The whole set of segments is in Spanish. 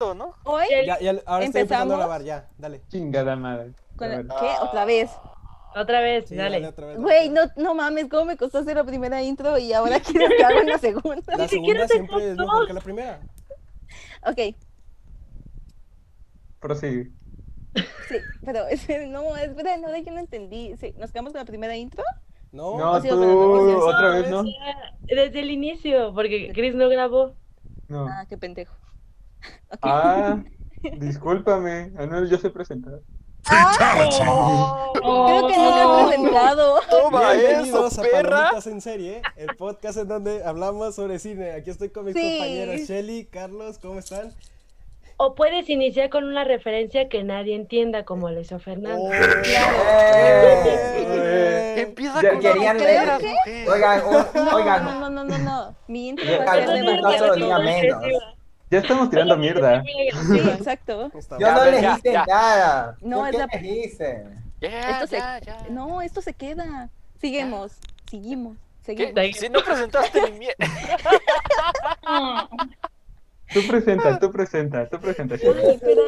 ¿no? Hoy, Ya, ya, ahora estoy empezando ¿Empezamos? a grabar, ya, dale. Chingada madre. con- Bueno, ¿qué? Otra vez. Ah, Otra vez, Sí, dale. dale otra vez. Güey, no, no mames, cómo me costó hacer la primera intro y ahora quieres que haga una segunda. La Ni siquiera segunda te siempre es costó. mejor que la primera. Ok, prosigue. sí, pero es- no, espera, no, de que no entendí. Sí, ¿Nos quedamos con la primera intro? No, No, sí, tú, otra vez. otra vez, o ¿no? sea, Desde el inicio, porque Chris no grabó. No. Ah, qué pendejo. Ok. Ah, discúlpame. Al menos yo sé presentar. Creo que no te he presentado. Oh. Toma eso, Bienvenidos a perra. Palomitas en Serie, el podcast en donde hablamos sobre cine. Aquí estoy con mis Sí. compañeros Shelly, Carlos, ¿cómo están? O puedes iniciar con una referencia que nadie entienda, como lo hizo Oh, Fernando. Eh, eh. Empieza Ya con querían tonteras, leer. mujer. Oigan, un- No, oigan, no, no, no, no. Mi intro Ya va a cayó ser de en el verdad. brazo. venía menos. Ya estamos tirando mierda. Sí, exacto. Está yo Ya, no ya, les ya, hice ya. nada. No, ¿Tú es qué la- les hice? Ya, Esto se- ya, ya. No, esto se queda. Seguimos, seguimos, seguimos. ¿Qué? Si no presentaste ni mierda. Tú presenta, tú presenta, tú presenta. Ay, Shelly. espera.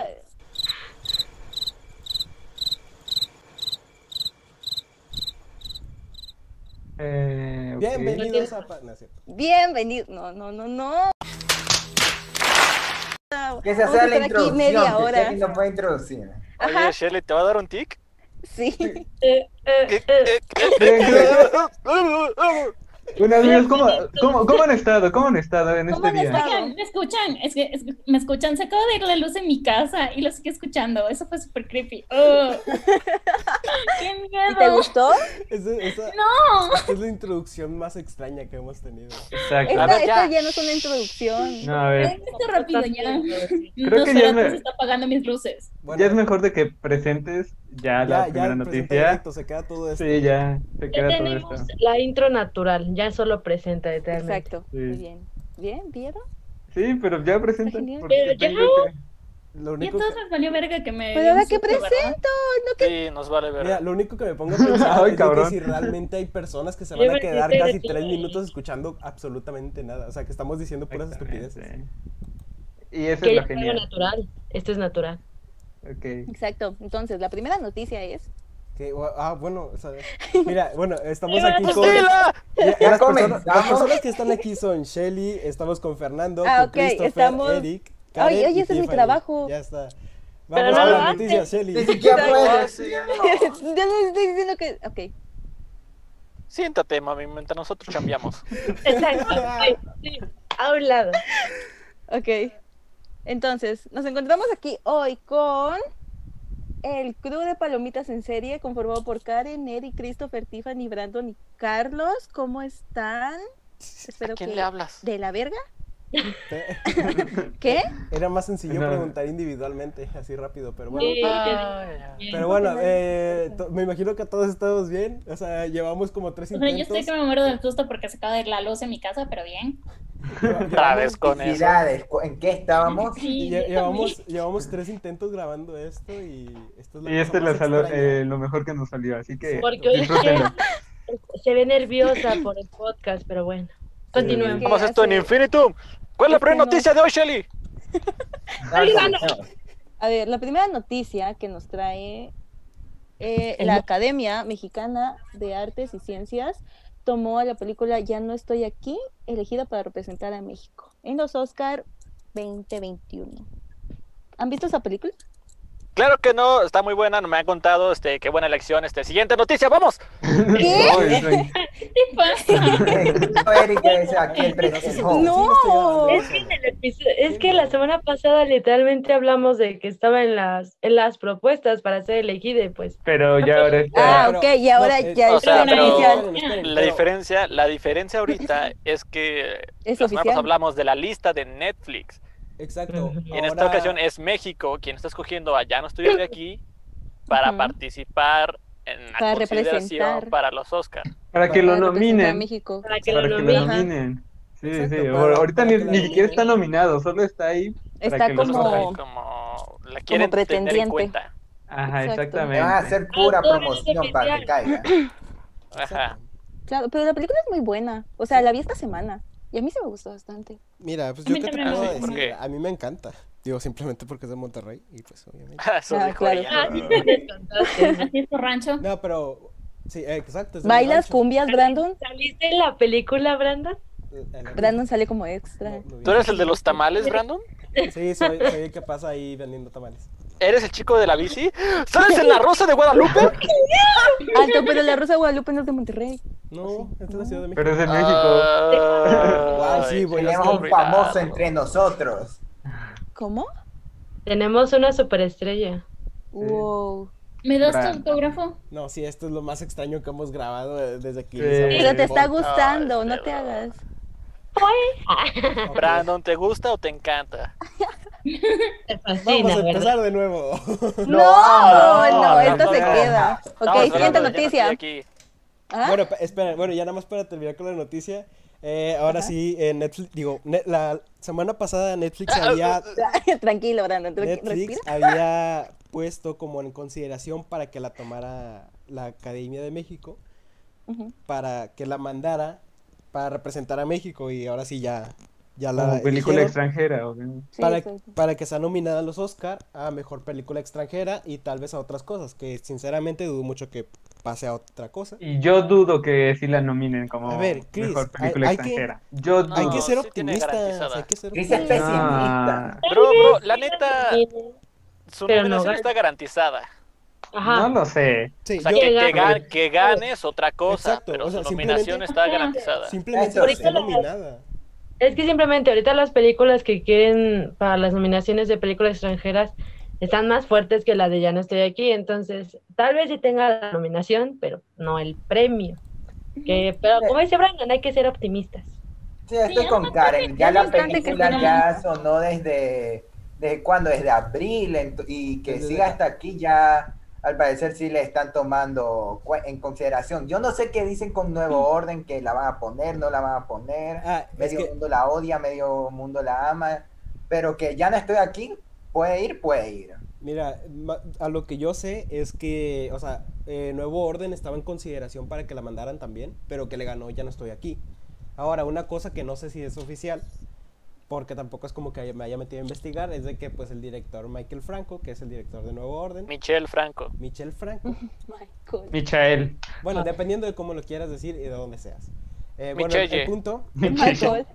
Eh, ok. Bienvenidos a... Pa- no, es cierto. Bienvenido. No, no, no, no. Que se Vamos a sea la estar aquí introducción. media que hora. Jenny no puede introducir. Ajá. Oye, Shelley, ¿te va a dar un tic? Sí. Eh, eh, ¿Qué- eh, qué- qué? Buenas noches, ¿cómo, cómo, cómo han estado? ¿Cómo han estado en ¿Cómo este han día? estado? Oigan, me escuchan, es que es que me escuchan, se acaba de ir la luz en mi casa y lo sigo escuchando, eso fue súper creepy. Oh. ¡Qué ¿Y te miedo! gustó? Esa- esa- ¡No! esta es la introducción más extraña que hemos tenido. Exacto. Esta, A ver, ya. esta ya no es una introducción. No, a ver. Esto rápido este ya. Creo Dos que ya horas me- se está apagando mis luces. Bueno, Ya es mejor de que presentes ya la ya, ya primera presenté noticia. directo, se queda todo esto. Sí, ya. Se Ya queda todo tenemos esto. la intro natural, ya solo presenta detalles. Exacto. Sí. Muy bien. ¿Bien? ¿Vieron? Sí, pero ya presenta. Genial. porque Pero tengo que- Lo Y a único que- todos les valió verga que me. Pero Pues, ahora qué insulte, ¿verdad? presento. Sí, nos vale ver. Mira, lo único que me pongo a pensar Ay, es de que cabrón. si realmente hay personas que se Yo van a me quedar quité de casi ti. tres minutos escuchando absolutamente nada. O sea, que estamos diciendo puras estupideces. Exactamente. Y eso Que es es lo algo genial. natural. Esto es natural. Ok. Exacto. Entonces, la primera noticia es. Que, gua- ah, bueno, o sea, mira, bueno, estamos aquí con... ¡Hostia! Ya- Ya las, personas, las comenzamos. personas que están aquí son Shelly, estamos con Fernando, Ah, con ok, Christopher, estamos- Eric, Karen Ay, oye, ese y es mi Tiffany. trabajo. Ya está. Pero Vamos no a lo las haces. noticias, Shelly. Ni siquiera Ah, puedes. sí. Yo no estoy diciendo que. Ok. Siéntate, mami, mientras nosotros cambiamos. Exacto. sí, sí, A un lado. Ok. Entonces, nos encontramos aquí hoy con. El crew de Palomitas en serie, conformado por Karen, Eric, Christopher, Tiffany, Brandon y Carlos. ¿Cómo están? Espero ¿A quién que. le hablas? ¿De la verga? ¿Qué? Era más sencillo No. preguntar individualmente, así rápido, pero bueno. Sí, ya- Ay, Bien. Pero bueno, eh, to- me imagino que todos estamos bien. O sea, llevamos como tres O sea, yo intentos. estoy que me muero del susto porque se acaba de ir la luz en mi casa, pero bien. Otra vez con eso. Felicidades. ¿Cu- ¿En qué estábamos? Sí, Lle- yo llevamos, llevamos tres intentos grabando esto y esto es la Y cosa este es la más salo- extraña. eh, lo mejor que nos salió, así que Porque hoy disfrútenlo. se ve nerviosa por el podcast, pero bueno. Continuemos. Vamos esto en hace- Infinitum. ¿Cuál es la Este no. primera noticia de hoy, Shelly? Dale, Olvídalo. dale. A ver, la primera noticia que nos trae eh, El la mo- Academia Mexicana de Artes y Ciencias tomó a la película Ya no estoy aquí, elegida para representar a México en los Oscar 2021. ¿Han visto esa película? Claro que no, está muy buena, no me han contado, este, qué buena elección, este, siguiente noticia, vamos. Ay, soy- ¿Qué pasa? Erika dice aquí el Pero Ah, sí, sí, sí, presentó. No. estoy grabando. Es que, en el episodio- es que la semana pasada literalmente hablamos de que estaba en las, en las propuestas para ser elegida, y pues. Pero ya ahora está. Ah, pero- ok, y ahora no, eh, ya o es, sea, una pero- oficial. La diferencia, la diferencia ahorita es que Es la semana pasada oficial. hablamos de la lista de Netflix Exacto. Y y en esta ahora- ocasión eh, es México quien está escogiendo a Ya no estoy de aquí para Ujú. participar en la Para consideración representar. para los Oscars. Para que lo Para representar a nominen. México. Para que Para lo que lo nominen. Ajá. nominen. Sí, Exacto, sí. para- Ahorita para ni, que la ni siquiera nominen. está nominado, solo está ahí. Está que los como... nominen. como la quieren tener en pretendiente. cuenta. Ajá, Exacto. Te van a exactamente. hacer pura Ah, todo promoción es para que caiga. oficial. Ajá. Claro, pero la película es muy buena. O sea, la vi esta semana y a mí se me gustó bastante. Mira, pues A yo mí qué te también me puedo gusta. decir. ¿Por qué? A mí me encanta. digo, simplemente porque es de Monterrey y pues obviamente. Eso Ah, dijo claro. ella. Ah, sí, te descontaste. Así es tu rancho. No, pero sí, eh, exacto. es de ¿Bailas Rancho. cumbias, Brandon? ¿Saliste en la película, Brandon? Eh, eh, Brandon sale como extra. no, no, ¿Tú eres el de los tamales, Brandon? Sí, soy, soy el que pasa ahí vendiendo tamales. ¿Eres el chico de la bici? ¿Sales en la Rosa de Guadalupe? Alto, pero la Rosa de Guadalupe no es de Monterrey. ¿Ah, No, esta es la Ciudad de México. Pero es en México. Ay, Ah, sí, güey, ya Tenemos un estoy famoso arruinado. entre nosotros. ¿Cómo? Tenemos una superestrella. Wow. ¿Me das tu Brandon. autógrafo? No, sí, esto es lo más extraño que hemos grabado eh, desde aquí. Sí. Pero te está Ok. gustando, Ay, no este te brother. hagas. Brandon, ¿te gusta o te encanta? Te fascina, Vamos a ¿verdad? empezar de nuevo. No, no, no, no, esto no, se no. queda. Estamos Ok, siguiente hablando de ya no noticia. estoy aquí. ¿Ah? Bueno, pa- espera, bueno, ya nada más para terminar con la noticia. eh, ahora sí, eh, Netflix, digo, ne- la semana pasada Netflix Ah, había, Tranquilo, Brandon, tranqui- respira. Netflix había puesto como en consideración para que la tomara la Academia de México, Ujú. para que la mandara para representar a México y ahora sí ya, ya la Como película eligieron extranjera. ok. Sí, para, exacto. para que sea nominada a los Oscar a Mejor Película Extranjera y tal vez a otras cosas, que sinceramente dudo mucho que pase a otra cosa. Y yo dudo que sí la nominen como A ver, Chris, mejor hay- película hay que- extranjera. Yo No, hay que dudo. ser sí tiene optimistas, garantizada. hay que ser Chris es optimistas. pesimista. Bro, bro, la neta, su Pero no nominación gana. está garantizada. Ajá. Ah, No lo sé. Sí, O sea, yo- que, que Llegar. gan- que ganes otra cosa, Exacto, pero o sea, su nominación simplemente- está garantizada. simplemente Eso por sí. ser nominada. Es que simplemente ahorita las películas que quieren para las nominaciones de películas extranjeras están más fuertes que la de Ya no estoy aquí, entonces tal vez sí tenga la nominación, pero no el premio. Que, pero como dice Brandon, hay que ser optimistas. Sí, estoy Sí, con aparte Karen. que Ya es la bastante que película sea ya sonó desde, desde cuándo, desde abril ento- y que Desde- siga hasta aquí ya. Al parecer sí le están tomando cu- en consideración. Yo no sé qué dicen con Nuevo Orden, que la van a poner, no la van a poner. Ah, es medio que mundo la odia, medio mundo la ama, pero que ya no estoy aquí, puede ir, puede ir. Mira, ma- a lo que yo sé es que, o sea, eh, Nuevo Orden estaba en consideración para que la mandaran también, pero que le ganó Ya no estoy aquí. Ahora, una cosa que no sé si es oficial, porque tampoco es como que haya- me haya metido a investigar, es de que pues el director Michael Franco, que es el director de Nuevo Orden, Michelle Franco. Michelle Franco, Michael. Michael. bueno, dependiendo de cómo lo quieras decir y de dónde seas. Eh, bueno, el- el Michelle. punto, Michael.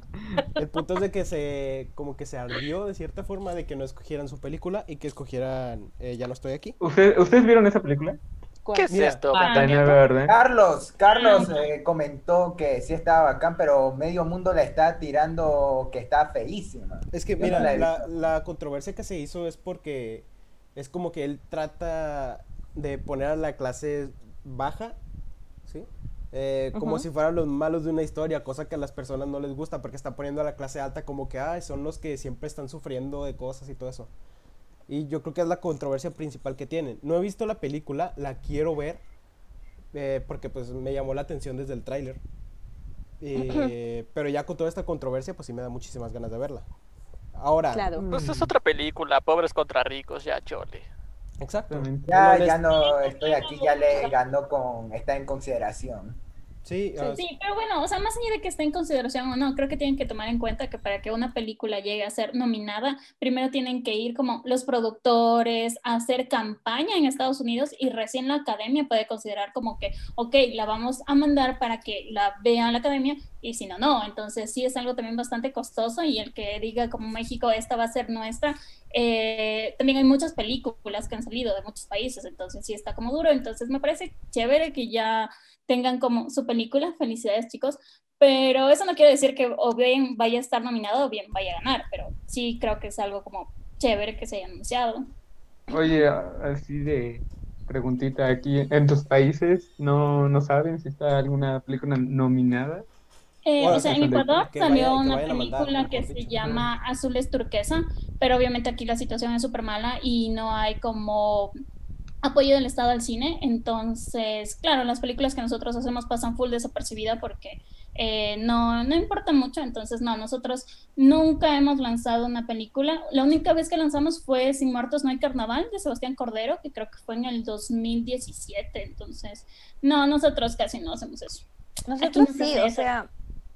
el punto es de que se, como que se ardió de cierta forma de que no escogieran su película y que escogieran eh, Ya no estoy aquí. ¿Usted- ¿Ustedes vieron esa película? ¿Cuál? ¿Qué es Mira, esto? ah, La Brandon? nueva orden. Carlos, Carlos eh, comentó que sí estaba bacán, pero medio mundo la está tirando que está feísima. Es que, Yo no mira, la he la, visto. la controversia que se hizo es porque es como que él trata de poner a la clase baja, ¿sí? Eh, como Ujú. si fueran los malos de una historia, cosa que a las personas no les gusta porque está poniendo a la clase alta como que, ay, son los que siempre están sufriendo de cosas y todo eso. Y yo creo que es la controversia principal que tienen. No he visto la película, la quiero ver, eh, porque pues me llamó la atención desde el tráiler. Eh, pero ya con toda esta controversia, pues sí me da muchísimas ganas de verla. Ahora, Claro. Pues es otra película, pobres contra ricos, ya, chole. exacto. Exactamente. Ya, No les- ya no estoy aquí, ya le ganó con, está en consideración. Sí, ah, Sí, pero bueno, o sea, más allá de que esté en consideración o no, creo que tienen que tomar en cuenta que para que una película llegue a ser nominada, primero tienen que ir como los productores a hacer campaña en Estados Unidos y recién la academia puede considerar como que, ok, la vamos a mandar para que la vea la academia y si no, no. Entonces sí es algo también bastante costoso y el que diga como México, esta va a ser nuestra, eh, también hay muchas películas que han salido de muchos países, entonces sí está como duro. Entonces me parece chévere que ya tengan como su película. Felicidades, chicos. Pero eso no quiere decir que o bien vaya a estar nominado o bien vaya a ganar, pero sí creo que es algo como chévere que se haya anunciado. Oye, así de preguntita aquí. ¿En tus países no, no saben si está alguna película nominada? Eh, Bueno, o sea, que se en le- Ecuador que salió vaya- que una vayan a mandar, película que mejor se dicho. llama Azules Turquesa, pero obviamente aquí la situación es súper mala y no hay como apoyo del Estado al cine. Entonces, claro, las películas que nosotros hacemos pasan full desapercibida porque eh, no, no importa mucho. Entonces, no, nosotros nunca hemos lanzado una película. La única vez que lanzamos fue Sin Muertos No hay Carnaval de Sebastián Cordero, que creo que fue en el 2017. Entonces, no, nosotros casi no hacemos eso. Nosotros Aquí no sí, se o ve. sea,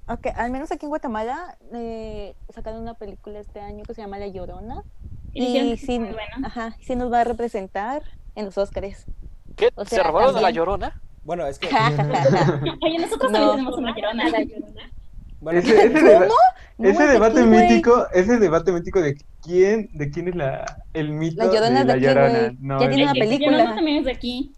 ok, al menos aquí en Guatemala eh, sacaron una película este año que se llama La Llorona. Y dijeron Y que sí, sin- muy buena. Ajá, sí nos va a representar en los Óscares. ¿Qué? O ¿Se sea, robaron a la también- llorona? Bueno, es que. Oye, nosotros No. también tenemos una llorona. Bueno, Ese- ese ¿Cómo? deba- No, ese es debate aquí, güey. mítico, ese debate mítico de quién, de quién es la, el mito La Llorona de es de la aquí, llorona. güey. No, Ya es- tiene una Oye, película. Llorona también es de aquí.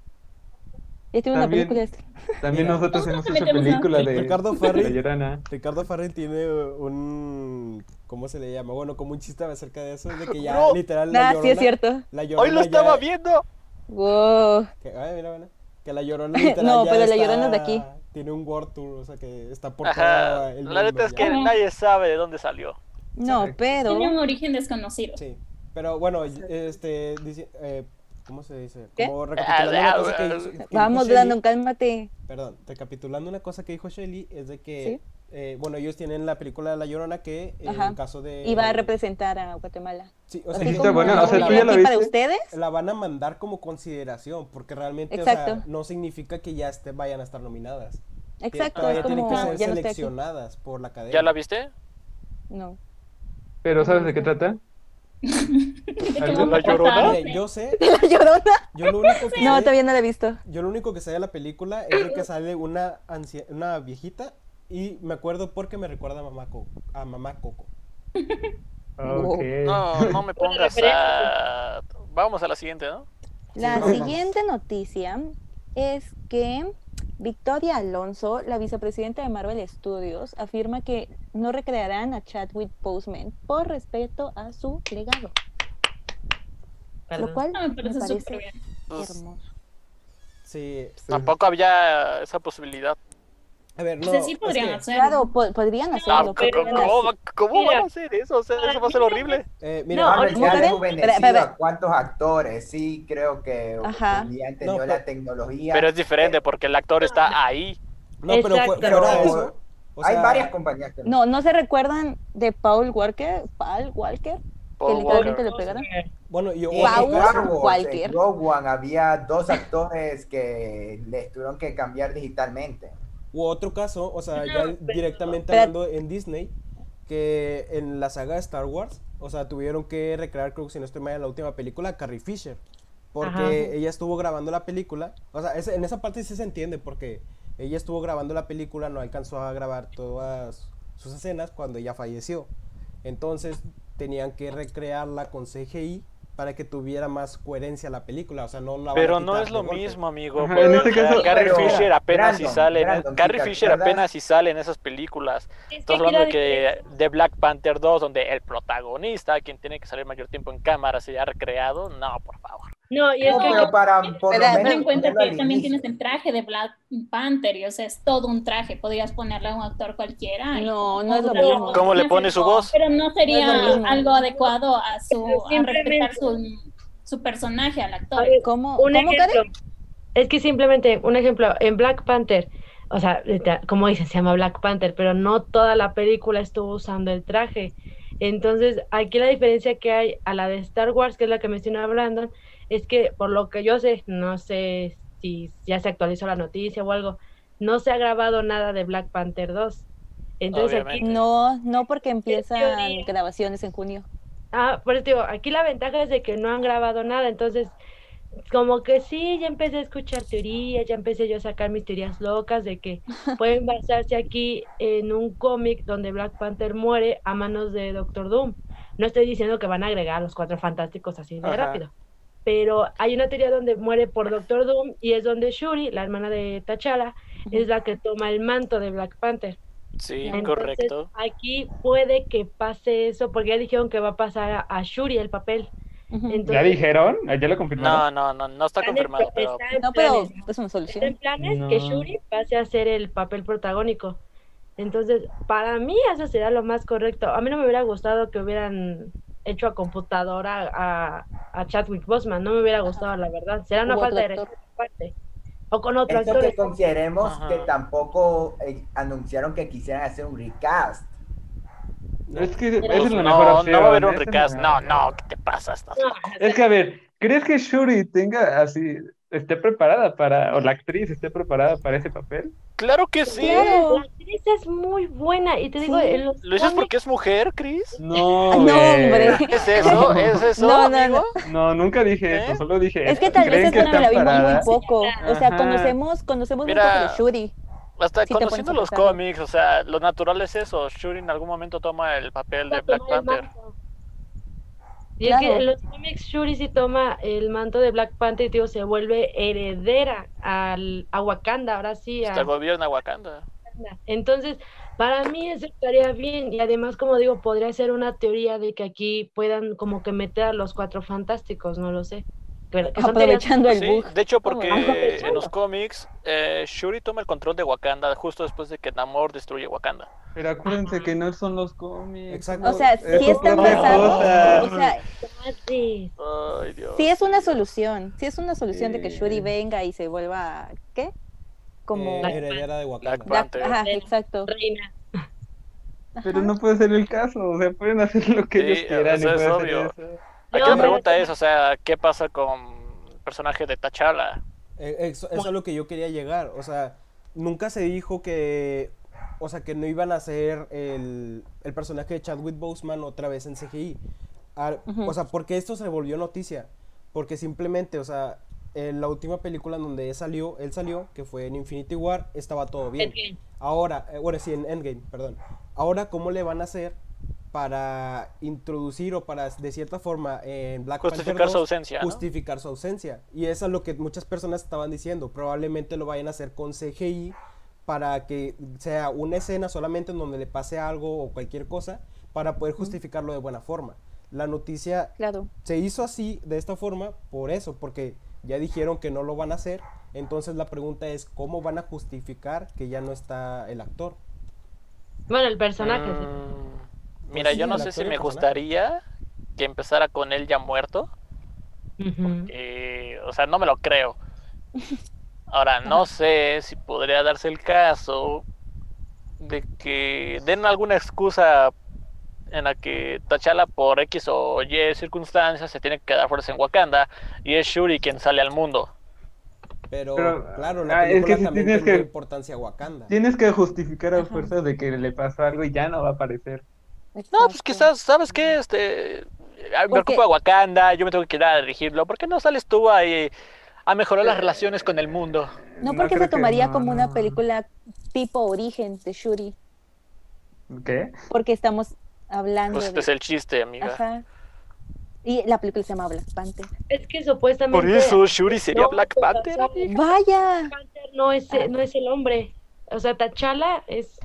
Ya tiene una También- película este. También Mira. nosotros hemos También hecho tenemos una película de, Ricardo de la Farri. llorona. Ricardo Farrell tiene un. ¿Cómo se le llama? Bueno, como un chiste acerca de eso, de que ya No. literal. La Nah, sí es Llorona- cierto. La llorona Hoy lo ya- estaba viendo. Wow. Que, ay, mira, mira, que la llorona literal No, ya pero la está- Llorona es de aquí. Tiene un World Tour, o sea que está por todo Ajá. el La mundo neta es ya. que ya. nadie sabe de dónde salió. No, Exacto. pero. Tiene un origen desconocido. Sí. Pero bueno, este. dice- eh, ¿Cómo se dice? ¿Qué? Como recapitulando Ah, una cosa que ah, dijo- que dijo Vamos, Shelly- Brandon, cálmate. Perdón, recapitulando una cosa que dijo Shelly, es de que. Sí. eh, bueno, ellos tienen la película de La Llorona que, eh, Ajá. en caso de. Y va a representar a Guatemala. Sí, o sea, Así que está como bueno, o sea, la tú ya la aquí para viste. ustedes? la van a mandar como consideración, porque realmente o sea, Exacto. no significa que ya este, vayan a estar nominadas. Que Exacto, Todavía es tienen como que ser ya no estoy aquí. seleccionadas por la academia. ¿Ya la viste? No. Pero ¿sabes de qué trata? ¿De qué ¿La vamos a Llorona? tratar? Mire, yo sé, ¿La llorona? yo lo único que No, sé- todavía no la he visto. yo lo único que sé de la película es de que sale una anci- una viejita y me acuerdo porque me recuerda a mamá Coco, a mamá Coco. Wow. Ok. No, no me pongas a... Vamos a la siguiente, ¿no? La vamos. siguiente noticia es que Victoria Alonso, la vicepresidenta de Marvel Studios, afirma que no recrearán a Chadwick Boseman por respeto a su legado, Perdón. lo cual Ah, me me parece súper parece bien. Pues, hermoso. Sí, Tampoco había esa posibilidad. a ver, no. O sea, sí es podrían que, hacerlo. Claro, po- podrían hacerlo, Ah, pero ¿Cómo, podrían hacerlo. cómo, cómo van a Mira. hacer eso? O sea, eso va a ser horrible. eh, No, mira, Marvel se ¿cómo ha creen? Espera, rejuvenecido espera. a cuántos actores, sí, creo que Ajá. ya No, entendió pero- la tecnología. Pero es diferente porque el actor está ahí. no, pero fue- Exacto. fuera de Pero- eso, o Hay sea, varias compañías que No, ¿no se recuerdan de Paul Walker? Paul Walker, que Paul literalmente Walker. le pegaron. Bueno, y En otro Wow. caso- Star Wars, cualquier. en Rogue One había dos actores que les tuvieron que cambiar digitalmente. U otro caso, o sea, ya directamente Pero- hablando en Disney, que en la saga de Star Wars, o sea, tuvieron que recrear, creo que si no estoy mal, en la última película, a Carrie Fisher. Porque Ajá. ella estuvo grabando la película. O sea, ese- en esa parte sí se entiende, porque ella estuvo grabando la película, no alcanzó a grabar todas sus escenas cuando ella falleció. Entonces tenían que recrearla con CGI para que tuviera más coherencia la película. O sea, no la van a Pero no quitar es de lo golpe. mismo, amigo. Ajá, porque, en este o sea, caso- Carrie Pero, Fisher apenas si Brandon, sale. en- Brandon, Carrie ¿te Fisher acuerdas? apenas si sale en esas películas. Es Estamos aquí la hablando diferencia- que de Black Panther 2, donde el protagonista, quien tiene que salir mayor tiempo en cámara, se ha recreado. No, por favor. No, y es No, que pero para por lo Espera, Ten menos en cuenta ponerlo que al también inicio. tienes el traje de Black Panther y, o sea, es todo un traje. Podrías ponerle a un actor cualquiera. y- No, no es lo Pero- mismo. ¿Cómo le pone su voz? Pero no sería No es lo mismo. algo adecuado a su Pero a respetar simplemente- su, su personaje al actor. Oye, ¿Cómo, un cómo, Karen? ejemplo. Es que simplemente, un ejemplo, en Black Panther, o sea, literal- como dicen, se llama Black Panther, pero no toda la película estuvo usando el traje. Entonces, aquí la diferencia que hay a la de Star Wars, que es la que mencionaba Brandon, es que por lo que yo sé, no sé si ya se actualizó la noticia o algo, no se ha grabado nada de Black Panther 2. Entonces, aquí Obviamente. No, no porque empiezan teoría. grabaciones en junio. Ah, por eso te digo, aquí la ventaja es de que no han grabado nada, entonces como que sí, ya empecé a escuchar teorías, ya empecé yo a sacar mis teorías locas de que pueden basarse aquí en un cómic donde Black Panther muere a manos de Doctor Doom. No estoy diciendo que van a agregar a los cuatro fantásticos así de Ajá. rápido, pero hay una teoría donde muere por Doctor Doom y es donde Shuri, la hermana de T'Challa, es la que toma el manto de Black Panther. Sí, Entonces, correcto. Aquí puede que pase eso, porque ya dijeron que va a pasar a, a Shuri el papel. Ujú. Entonces, ¿Ya dijeron? ¿Ah, ¿Ya lo confirmaron? No, no, no, no está está en- confirmado, pero está en No, pero planes, es una está en solución. planes que No. Shuri pase a ser el papel protagónico. Entonces, para mí eso sería lo más correcto. A mí no me hubiera gustado que hubieran hecho a computadora a, a Chadwick Boseman. No me hubiera gustado, la verdad. Será una U falta otro de respeto de parte. O con otro Esto actor. que consideremos Ajá. que tampoco eh, anunciaron que quisieran hacer un recast. Es que esa Pues es la mejor no, opción. ¿eh? no va a haber un esa es recast. la- No, no, ¿qué te pasa? Estás No, loco. o sea, Es que a ver, ¿crees que Shuri tenga así, esté preparada para, o la actriz esté preparada para ese papel? Claro que sí. Claro. La actriz es muy buena y te digo, Sí. en los ¿Lo dices cómics- porque es mujer, Chris? No, Ay, no, güey. hombre. ¿Es eso? ¿Es eso? No, no, amigo? No, nunca dije ¿Eh? eso, solo dije Es que tal vez ¿Creen es porque están la vimos muy paradas? poco. O sea, Ajá. conocemos, conocemos Mira. un poco de Shuri. Hasta Sí te pones conociendo a los pensarlo. cómics, o sea, lo natural es eso. Shuri en algún momento toma el papel para de Black tomar el Panther. manto. Y es Claro. que en los cómics Shuri sí toma el manto de Black Panther y tío, se vuelve heredera al, a Wakanda, ahora sí. a- Hasta gobierna Wakanda. Entonces, para mí eso estaría bien y además, como digo, podría ser una teoría de que aquí puedan como que meter a los cuatro fantásticos, no lo sé. Pero que son teorías- Aprovechando el Sí, bug. de hecho, porque Ah, aprovechando. en los cómics, eh, Shuri toma el control de Wakanda justo después de que Namor destruye Wakanda. Pero acuérdense que no son los cómics. Exacto. O sea, Es sí está otra basado. cosa. O sea, Sí. Ay, Dios. sí es una solución. Sí es una solución de que Shuri Sí. venga y se vuelva, ¿qué? Como... Eh, heredera de Wakanda. Black- Black- Panther. Ajá, exacto. reina. Pero no puede ser el caso, o sea, pueden hacer lo que Sí, ellos quieran eso y es puede hacer obvio. eso. Aquí Yo la me- pregunta es, o sea, ¿qué pasa con el personaje de T'Challa? Eh, Eso, eso es lo que yo quería llegar. O sea, nunca se dijo que. O sea, que no iban a hacer el, el personaje de Chadwick Boseman otra vez en CGI. Ah, Ujú. O sea, porque esto se volvió noticia. Porque simplemente, o sea, en la última película en donde salió, él salió, que fue en Infinity War, estaba todo bien. Endgame. Ahora, eh, bueno, sí, en Endgame, perdón. Ahora, ¿cómo le van a hacer para introducir o para, de cierta forma, en Black Panther Justificar su 2, ausencia, ¿no? Justificar su ausencia. Y eso es lo que muchas personas estaban diciendo. Probablemente lo vayan a hacer con CGI para que sea una escena solamente en donde le pase algo o cualquier cosa para poder justificarlo de buena forma. La noticia Claro. se hizo así, de esta forma, por eso, porque ya dijeron que no lo van a hacer. Entonces la pregunta es, ¿cómo van a justificar que ya no está el actor? Bueno, el personaje. sí. Mm, Mira, Pues sí, yo no el sé si actor y el me personaje. gustaría que empezara con él ya muerto. Ujú. Eh, o sea, no me lo creo. Ahora, no sé si podría darse el caso de que den alguna excusa en la que T'Challa por X o Y circunstancias se tiene que quedar fuerza en Wakanda y es Shuri quien sale al mundo. Pero, Pero, claro, la ah, es que película si también tienes tiene que- importancia a Wakanda. Tienes que justificar a Ajá. fuerza de que le pasó algo y ya no va a aparecer. No, pues exacto. quizás, ¿sabes qué? Este, ah, me Porque- ocupa Wakanda, yo me tengo que ir a dirigirlo. ¿Por qué no sales tú ahí a mejorar las relaciones con el mundo? No porque creo se que- tomaría no, como no, una no. película tipo origen de Shuri, ¿Qué? porque estamos hablando Pues este de... es el chiste, amiga. Ajá. Y la película se llama Black Panther. Es que supuestamente. Por eso Shuri sería No, Black pero Panther. no. amiga. Vaya. Panther no es, no es el hombre. O sea, T'Challa es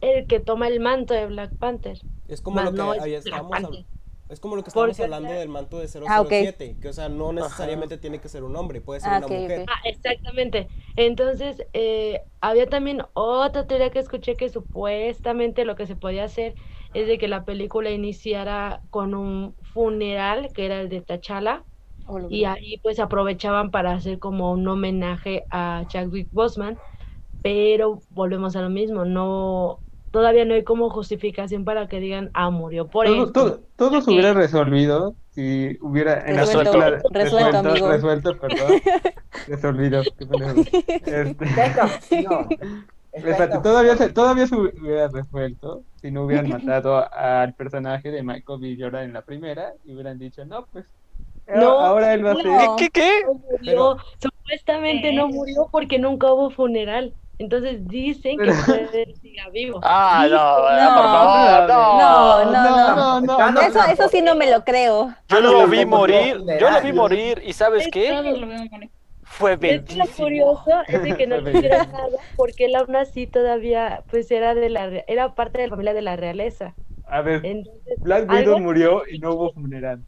el que toma el manto de Black Panther. Es como Más lo que no es ahí Black estábamos Panther. hab- Es como lo que Porque estábamos hablando ya- del manto de 007, Ah, ok. que o sea, no necesariamente tiene que ser un hombre, puede ser Ah, una ok, mujer. ok. Ah, exactamente. Entonces, eh, había también otra teoría que escuché que supuestamente lo que se podía hacer es de que la película iniciara con un funeral, que era el de T'Challa, O lo y veo. ahí pues aprovechaban para hacer como un homenaje a Chadwick Boseman, pero volvemos a lo mismo, no, todavía no hay como justificación para que digan, ah, murió por Todo, eso. todo, todo se hubiera resolvido si hubiera en la Resuelto. película Resuelto, amigo. resuelto, perdón. Resolvido. qué pendejo. Este, Está esta opción. Está Exacto, esta todavía se, opción. todavía se hubiera resuelto si no hubieran matado al personaje de Michael B. Jordan en la primera y hubieran dicho, no, pues No, ahora él va a no. ser. No. ¿Qué, qué, qué? No murió, Pero- supuestamente no murió porque nunca hubo funeral. Entonces dicen que puede siga vivo. Ah, no, No. por favor, no. No, no, no. no, no, Ah, no, Eso, eso sí no me lo creo. Yo Ah, lo no, vi no, no, morir, no, yo lo no, vi no. morir y ¿sabes qué? Todos lo vemos morir. Fue Es que lo bellísimo. curioso es de que no Fue tuviera bellísimo. nada porque él aún así todavía pues era de la re- era parte de la familia de la realeza. A ver, Entonces, Black algo- Widow murió y no hubo funeral.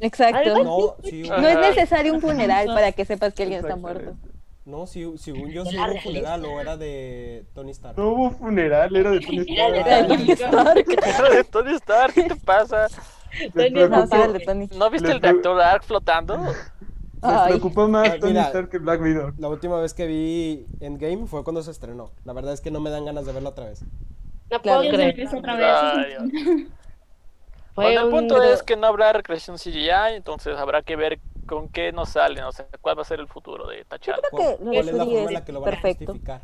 Exacto. Algo- No, sí, hubo- No es necesario un funeral para que sepas que alguien está muerto. Exactamente. no, sí, según yo sí hubo un funeral o era de Tony Stark. No hubo funeral, era de Tony Stark. de Era Tony Stark. Era de Tony Stark, ¿qué te pasa? Les Tony No, preocupó- sí, el de Tony. ¿No viste Les el reactor Dark flotando? les Ay. preocupó más Ay, Tony mira. Stark que Black Widow. La última vez que vi Endgame fue cuando se estrenó. La verdad es que no me dan ganas de verla otra vez. No puedo Claro. Ya se creer. regresa otra vez. Ay, Dios. Fue Bueno, el un- punto es que no habrá recreación CGI, entonces habrá que ver con qué nos salen, o sea, cuál va a ser el futuro de T'Challa. Creo que ¿Cuál, cuál es Shuri la forma es en la que lo van perfecto. a justificar?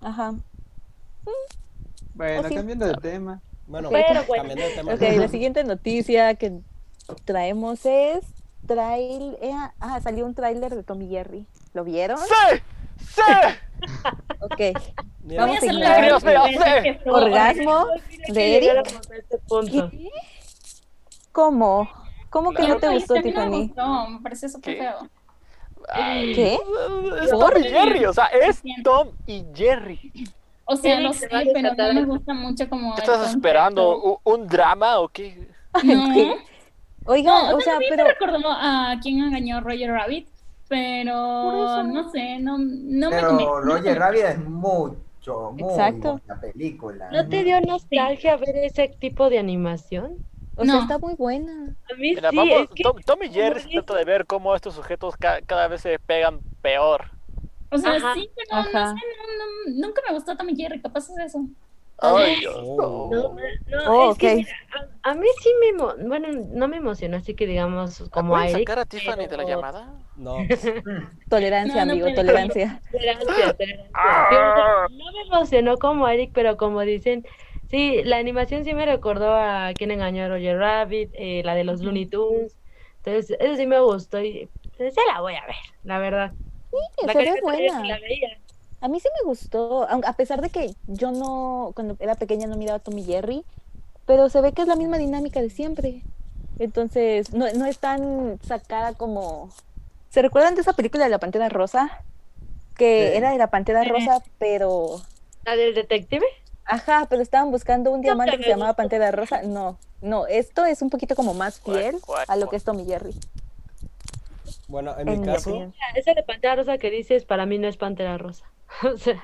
Ajá. Bueno, Así. cambiando de tema. Bueno, Pero bueno. cambiando de tema. Ok, la siguiente noticia que traemos es trail, eh, ah, salió un tráiler de Tommy Jerry. ¿Lo vieron? ¡Sí! ¡Sí! Ok. Mira, Voy a Vamos a hacer ignorar. la Dios mío, Orgasmo de Eric. Este punto. ¿Qué? ¿Cómo? ¿Cómo que no te gustó, Tiffany? No, me parece súper ¿Qué? feo. Ay, ¿Qué? Es Tom ¿Por? y Jerry, o sea, es Tom y Jerry. O sea, Eric lo se sé, va a pero no rescatar. me gusta mucho como. ¿Qué el estás concepto. esperando? ¿U- ¿Un drama o qué? No, ¿Qué? Oigan, No, o sea, pero... me recordó a quien engañó a Roger Rabbit, Por eso. pero no sé, no, no me convenció. Pero Roger Rabbit es mucho, muy Exacto. buena película. ¿No te dio nostalgia ver ese tipo de animación? O sea, No. está muy buena. A mí Mira, sí, vamos, es que Tom, Tom y Jerry se dices- trata de ver cómo estos sujetos ca- cada vez se pegan peor. O sea, Ajá, sí, pero no sé, ajá. no- no- nunca me gustó Tommy Jerry, capaz es eso. Ay, Dios, Oh. no. no, Oh, es que ok. mira, a, a mí sí me emo- bueno, no me emocionó, así que digamos como a ¿Pueden Eric. sacar a Tiffany de la pero- llamada? No, Mm, Tolerancia, No, no amigo, puede. tolerancia. Tolerancia, tolerancia. Ah. Yo No me emocionó como Eric, pero como dicen, sí, la animación sí me recordó a quien engañó a Roger Rabbit, eh, la de los Looney Tunes. Entonces, eso sí me gustó y pues, se la voy a ver, la verdad. Sí, La se ve caricatura yo sí buena. la veía. A mí sí me gustó, aun- a pesar de que yo no, cuando era pequeña no miraba Tommy Jerry, pero se ve que es la misma dinámica de siempre. Entonces, no, no es tan sacada como... ¿Se recuerdan de esa película de la Pantera Rosa? Que Sí. era de la Pantera Sí. Rosa, pero... La del detective. Ajá, pero estaban buscando un diamante que me se llamaba gustó. Pantera Rosa. No, no, esto es un poquito como más Cuac, fiel cuac, a lo cuac. que es Tommy Jerry, bueno, en, en mi mi caso. opinión. Esa de Pantera Rosa que dices, para mí no es Pantera Rosa. O sea,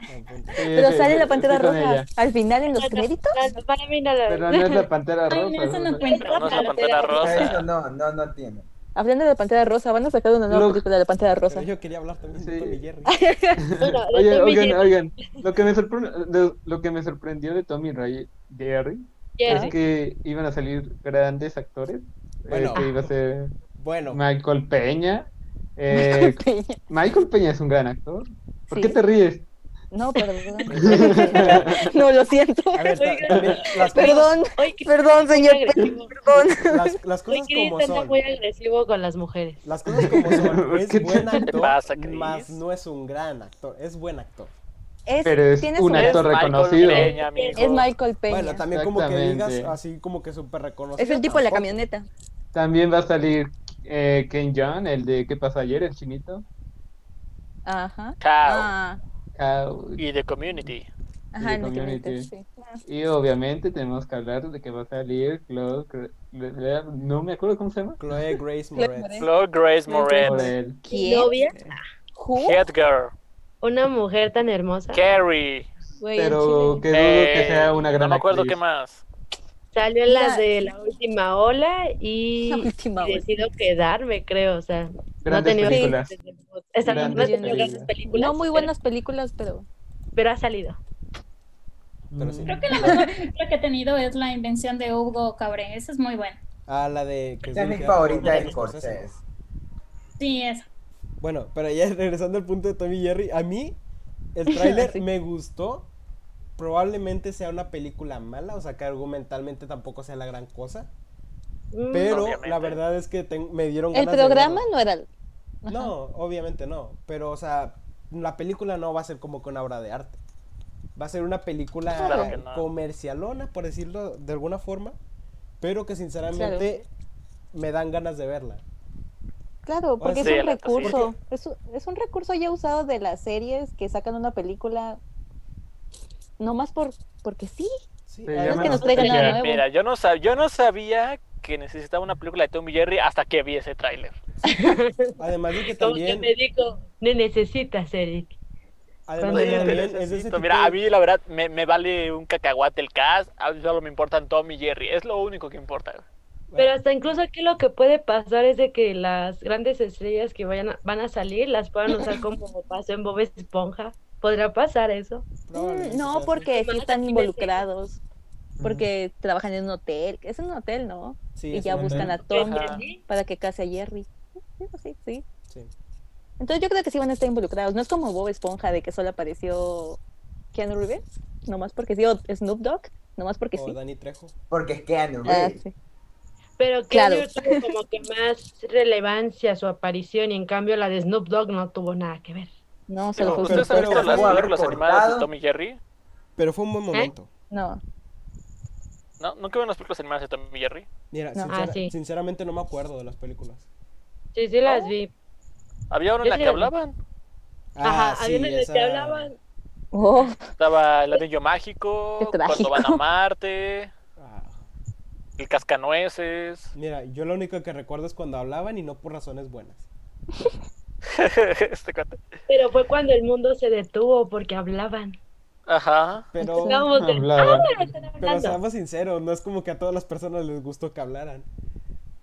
Pero sale la Pantera estoy con Rosa ella. al final en los no, no, créditos. no, para mí no la Pero no es la Pantera Ay, Rosa. no, eso no o sea, cuenta. No es la pantera Eso rosa. no, no, no tiene. Hablando de la Pantera Rosa, van a sacar una nueva Lo- película de la Pantera Rosa. Pero yo quería hablar también de Sí. Tommy Jerry. Bueno, de Oigan, Tommy oigan, Jerry. oigan. Lo que me, sorpre- de- lo que me sorprendió de Tommy Ray Jerry Jerry. Ah, es que iban a salir grandes actores. eh, Bueno. que iba a ser Bueno, Michael Peña. eh, Michael Peña es un gran actor. ¿Por qué te ríes? No, perdón. no, lo siento. a ver, ta- también las cosas, Perdón, Oye, que perdón, está muy señor agresivo. perdón. las, las Oye, cosas Chris como anda son. muy agresivo con las mujeres. Las cosas como son. ¿Qué Es te- buen ¿Qué te actor, pasa, Chris? más no es un gran actor. Es buen actor. Es, Pero es tiene un su- actor Es Michael reconocido. Peña, amigo. Es Michael Peña. Bueno, también como que digas Exactamente. así como que súper reconocido. es el tipo de la tampoco. camioneta. También va a salir eh, Ken John, el de ¿Qué pasó ayer? El chinito. Ajá. Chao. Ah, Ah, Y de Community. ajá, de en la Community. camioneta, sí. Y obviamente tenemos que hablar de que va a salir Claude, Cre- Cre- no me acuerdo cómo se llama, Chloe Grace Chloe Moretz. Moretz. Lord Grace por Moretz. él. ¿Quién? ¿Novia? ¿Who? Headgirl. Una mujer tan hermosa. Carrie. Güey, el Pero chile. que dudo que Eh, sea una gran No me acuerdo actriz. qué más. Salió en la Mira. de la última ola y, La última y ola. decido quedarme, creo. O sea, no Grandes tenía películas. Exacto, no Grandes ha tenido películas. grandes películas, No muy pero- buenas películas, pero. Pero, ha salido. Pero sí. Creo que la mejor película que he tenido es La Invención de Hugo Cabré. Esa es muy buena. Ah, la de. que Esa es mi dirigida por favorita de Martin Scorsese. Scorsese. Sí, esa. Bueno, pero ya regresando al punto de Tommy Jerry, a mí el tráiler me gustó. Probablemente sea una película mala, o sea que argumentalmente tampoco sea la gran cosa. Mm, Pero Obviamente. la verdad es que ten- me dieron El ganas de programa verla. no era. No, obviamente no. Pero, o sea, la película no va a ser como que una obra de arte. Va a ser una película Claro que no. comercialona, por decirlo de alguna forma. Pero que sinceramente me dan ganas de verla. Claro, porque Pues sí, es un la- sí. recurso. Es un, es un recurso ya usado de las series que sacan una película. Nomás por, porque sí. Sí, Se además- No es que nos Llamanos traigan nada especiales. nuevo. Mira, yo no, sab- yo no sabía que necesitaba una película de Tom y Jerry hasta que vi ese tráiler. Además de que Como que también, me dijo, no necesitas, Eric. además cuando de Sí, yo que te también Pues, es de ese necesito. tipo Mira, de- a mí la verdad me, me vale un cacahuate el cast, a mí solo me importan Tom y Jerry, es lo único que importa. Pero hasta incluso aquí lo que puede pasar es de que las grandes estrellas que vayan a- van a salir las puedan usar como pasó en Bob Esponja. ¿Podrá pasar eso? probablemente Mm, sea No, así. porque sí Nomás están así de involucrados. Porque trabajan en un hotel. Es un hotel, ¿no? Sí, y es ya un- buscan a Que Tom Ajá. sí, para que case a Jerry. Sí, sí. sí. Entonces yo creo que sí van a estar involucrados. No es como Bob Esponja de que solo apareció Keanu Reeves, nomás porque sí, o Snoop Dogg, nomás porque O sí. Dani Trejo. Porque es que Andrew Ah, Reeves. sí. Pero que Claro. tuvo como que más relevancia su aparición y en cambio la de Snoop Dogg no tuvo nada que ver. No, se Digo, lo fue ¿Ustedes han usted, pero- visto las pero- películas pero- animadas de cortado. Tommy Jerry? Pero fue un buen momento. No, ¿No? ¿Nunca vieron las películas animadas de Tommy Jerry? Mira, No. sincera- Ah, sí. sinceramente no me acuerdo de las películas. Sí, sí las vi. Había una en Yo la sí que las vi. hablaban. Ajá, Ah, había una sí, en la que esa- hablaban. oh, Estaba el anillo Qué mágico, Este trágico. cuando van a Marte, Ah. el cascanueces. Mira, yo lo único que recuerdo es cuando hablaban y no por razones buenas. este cuate. Pero fue cuando el mundo se detuvo porque hablaban. Ajá. Pero, Estábamos de- Hablaba. Ah, están Oh, pero hablando. seamos sinceros, no es como que a todas las personas les gustó que hablaran.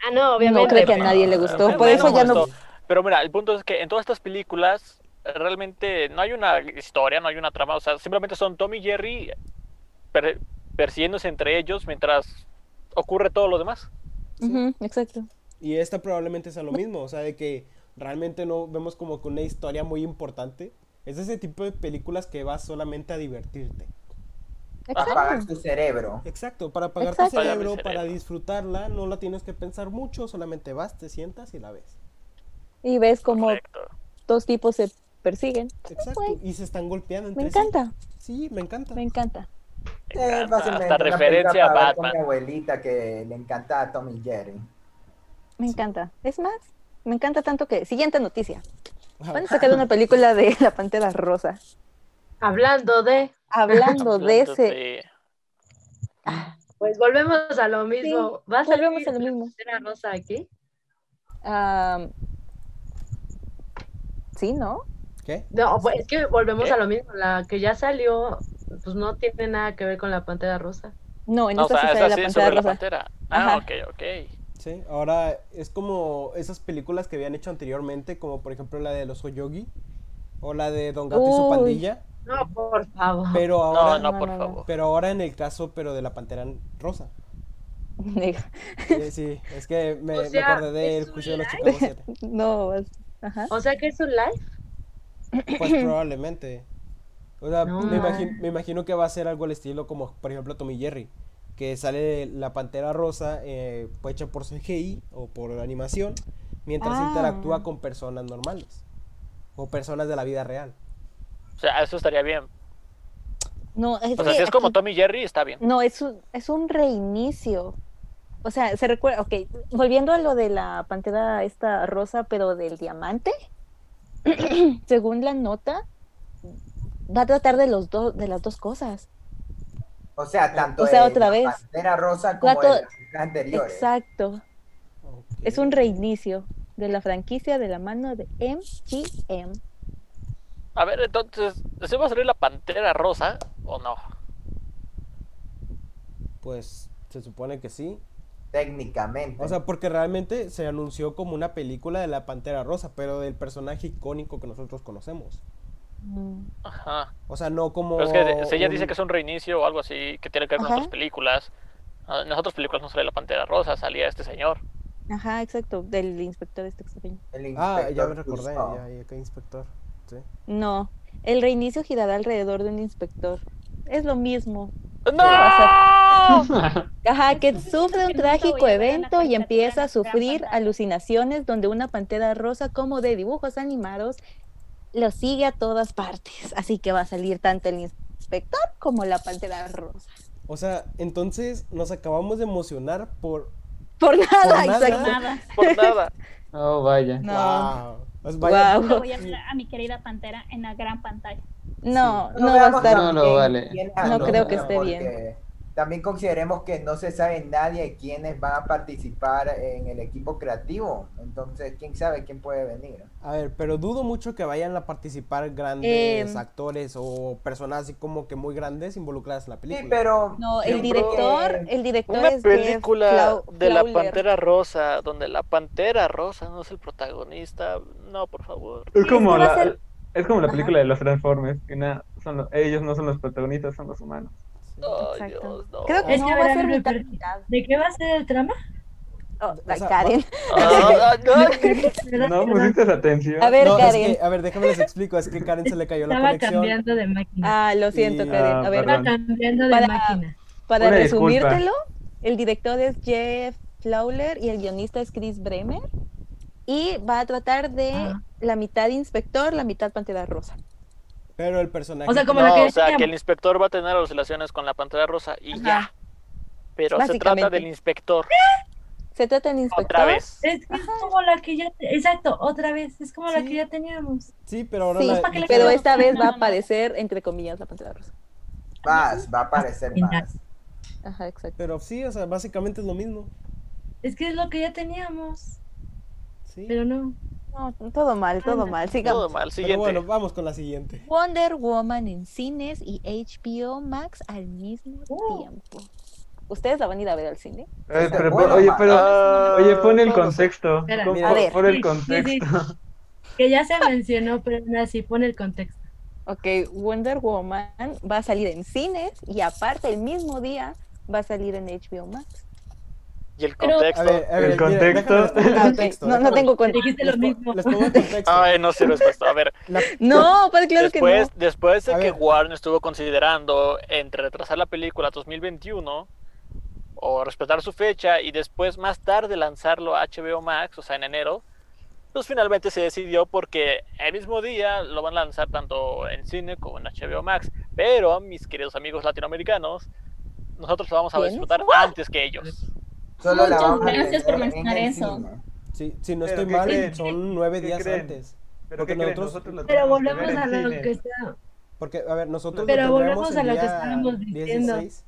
Ah, no, no obviamente. creo que a nadie le gustó. Ah, Por no eso ya no. gustó. Pero mira, el punto es que en todas estas películas realmente no hay una historia, no hay una trama. O sea, simplemente son Tommy y Jerry per- persiguiéndose entre ellos mientras ocurre todo lo demás. Ujú, Exacto. Y esta probablemente sea lo mismo, o sea, de que realmente no vemos como que una historia muy importante. Es ese tipo de películas que vas solamente a divertirte. Exacto. Apagar tu cerebro. Exacto, para apagar Exacto. tu Apagar mi cerebro, para cerebro. disfrutarla, no la tienes que pensar mucho, solamente vas, te sientas y la ves. Ah, Y ves como Correcto. dos tipos se persiguen. Exacto, güey. y se están golpeando pues. Me entre sí. encanta, Sí, me encanta. me encanta. Me Eh, encanta. básicamente Hasta una referencia película a para ver con Batman. Mi abuelita que le encantaba a Tom y Jerry. Me encanta. Es más, me encanta tanto que. Siguiente noticia. Ah, Van a sacar una película de La Pantera Rosa. Hablando de. Hablando de Hablando ese. de- Pues volvemos a lo mismo. ¿Va a salir Volvemos a lo mismo. una rosa aquí? Am, sí, ¿no? ¿Qué? No, pues es que volvemos ¿Qué? a lo mismo. La que ya salió, pues no tiene nada que ver con la pantera rosa. No, en No, o esta sea, sí es sale La así Pantera sobre la Rosa. pantera. Ah, Ajá. ok, ok. Sí, ahora es como esas películas que habían hecho anteriormente, como por ejemplo la de los Yogi o la de Don Gato y su Uy. pandilla, No, por favor. pero No, ahora, no, no, por no, no. favor. pero ahora en el caso, pero de la Pantera Rosa. Neg- Sí, sí, es que me, O me sea, acordé del ¿es juicio de los un Chicago 7. No, vas- ajá. O sea que es un live. Pues probablemente. O sea, No, man. me, imagino, me imagino que va a ser algo al estilo como, por ejemplo, Tommy Jerry, que sale la pantera rosa eh, pues, hecha por CGI o por animación, mientras Ah. interactúa con personas normales o personas de la vida real. O sea, eso estaría bien. No, es, O sea, que si es como aquí- Tommy y Jerry, está bien. No, es un, es un reinicio. O sea, se recuerda, ok, volviendo a lo de la pantera esta rosa, pero del diamante, según la nota, va a tratar de los dos, de las dos cosas. O sea, tanto Ah, O sea, de otra la vez. Pantera Rosa como Trato- de las anteriores. Exacto. Ok. Es un reinicio de la franquicia de la mano de MGM. A ver, entonces, ¿se va a salir la pantera rosa o no? Pues se supone que sí. Técnicamente. O sea, porque realmente se anunció como una película de la pantera rosa, pero del personaje icónico que nosotros conocemos. Mm. Ajá. O sea, no como. Pero es que si ella un- dice que es un reinicio o algo así que tiene que ver con Ajá. otras películas. ah, En las otras películas no salía la pantera rosa, salía este señor. Ajá, exacto, del inspector este extraño. el Ah, ya me inspector pues, recordé, ya, Cousteau. ya que inspector. Sí. No, el reinicio girará alrededor de un inspector. Es lo mismo, ¡No! Ajá, que Entonces, sufre siento un que nunca trágico voy a ver la evento y caricatura empieza a de Gran sufrir Pantera. alucinaciones donde una pantera rosa como de dibujos animados lo sigue a todas partes. Así que va a salir tanto el inspector como la pantera rosa. O sea, entonces nos acabamos de emocionar por. Por nada, nada. exacto. Nada. Por nada. Oh, vaya. No, Wow. Pues vaya- Guau. Lo voy a ver a mi querida pantera en la gran pantalla. no, No no va a veamos estar. nada. No lo vale. Tiene No algo, creo que ¿no? esté bien. Porque También consideremos que no se sabe nadie quiénes van a participar en el equipo creativo. Entonces, quién sabe quién puede venir. A ver, pero dudo mucho que vayan a participar grandes Em. actores o personas así como que muy grandes involucradas en la Sí, película. pero. No, el yo creo director, que- el director Una es Jeff película Flau- de la Flauler. pantera rosa, donde la pantera rosa no es el protagonista. No, por favor. Es como Esto este va a la, ser- es como la película de los Transformers, que nada, son los- ellos no son los protagonistas, son los humanos. Ay, Exacto. Dios, no. Creo que Es no que va a verán ser el mitad refer- mitad. ¿De qué va a ser el trama? Oh, O sea, Karen. Ah, ah, No pues, pusiste atención. A ver, No, es Karen. que- a ver, déjame les explico. Es que Karen se le cayó la Estaba conexión. cambiando de máquina. Ah, lo siento, Y- Karen. A Ah, ver, perdón. Estaba cambiando de Para- máquina. para Una disculpa. resumírtelo, el director es Jeff Flauler y el guionista es Chris Bremer. Y va a tratar de Ah. la mitad inspector, la mitad pantera rosa. Pero el personaje. O sea, como la No, que o sea, decíamos. que el inspector va a tener oscilaciones con la pantalla rosa y ya. Pero se trata Básicamente. del inspector Se trata del inspector. otra vez. Es que es como la que ya. Exacto, otra vez. Es como la que ya teníamos. Sí, pero ahora Sí, la- para que le pero quede- esta vez va No, a no. aparecer, entre comillas, la pantera rosa. Más, va a aparecer más. Ajá, exacto. Pero sí, o sea, básicamente es lo mismo. Es que es lo que ya teníamos. Sí. Pero no. No, todo mal, todo Ah, mal. Todo Sigamos. mal. Pero Siguiente. bueno, vamos con la siguiente. Wonder Woman en cines y HBO Max al mismo tiempo. Oh. ¿Ustedes la van a ir a ver al cine? Eh, pero- Bueno, oye, ma- pero. Ah, Oye, pon el vamos. contexto. Espera. Pon- A pon- ver. pon el Sí, sí, sí. contexto. Que ya se mencionó, pero aún así pone el contexto. Ok, Wonder Woman va a salir en cines y aparte el mismo día va a salir en HBO Max. Y el Pero- contexto. A ver, a ver. El mira, déjame contexto. les pongo el Ah, ok, contexto, No, no déjame- tengo cuenta. Dijiste les lo po- mismo. Les pongo el contexto. Ay, no sirve esto. A ver, La- No, pues claro después, después de A que ver. Warner estuvo considerando entre retrasar la película a 2021 o respetar su fecha y después más tarde lanzarlo a HBO Max, o sea, en enero, pues finalmente se decidió porque el mismo día lo van a lanzar tanto en cine como en HBO Max. Pero, mis queridos amigos latinoamericanos, nosotros lo vamos a ¿Tienes? disfrutar antes que ellos. Solo la Muchas vamos a gracias tener por en mencionar el eso. cine. Sí, si no Pero, estoy ¿qué mal, creen? son nueve ¿Qué días creen? antes. Pero Porque ¿qué creen? nosotros- Nosotros lo Pero tenemos que volvemos ver a en lo cine. que está. Porque, a ver, nosotros Pero lo tendremos volvemos el a lo que día estábamos diciendo. 16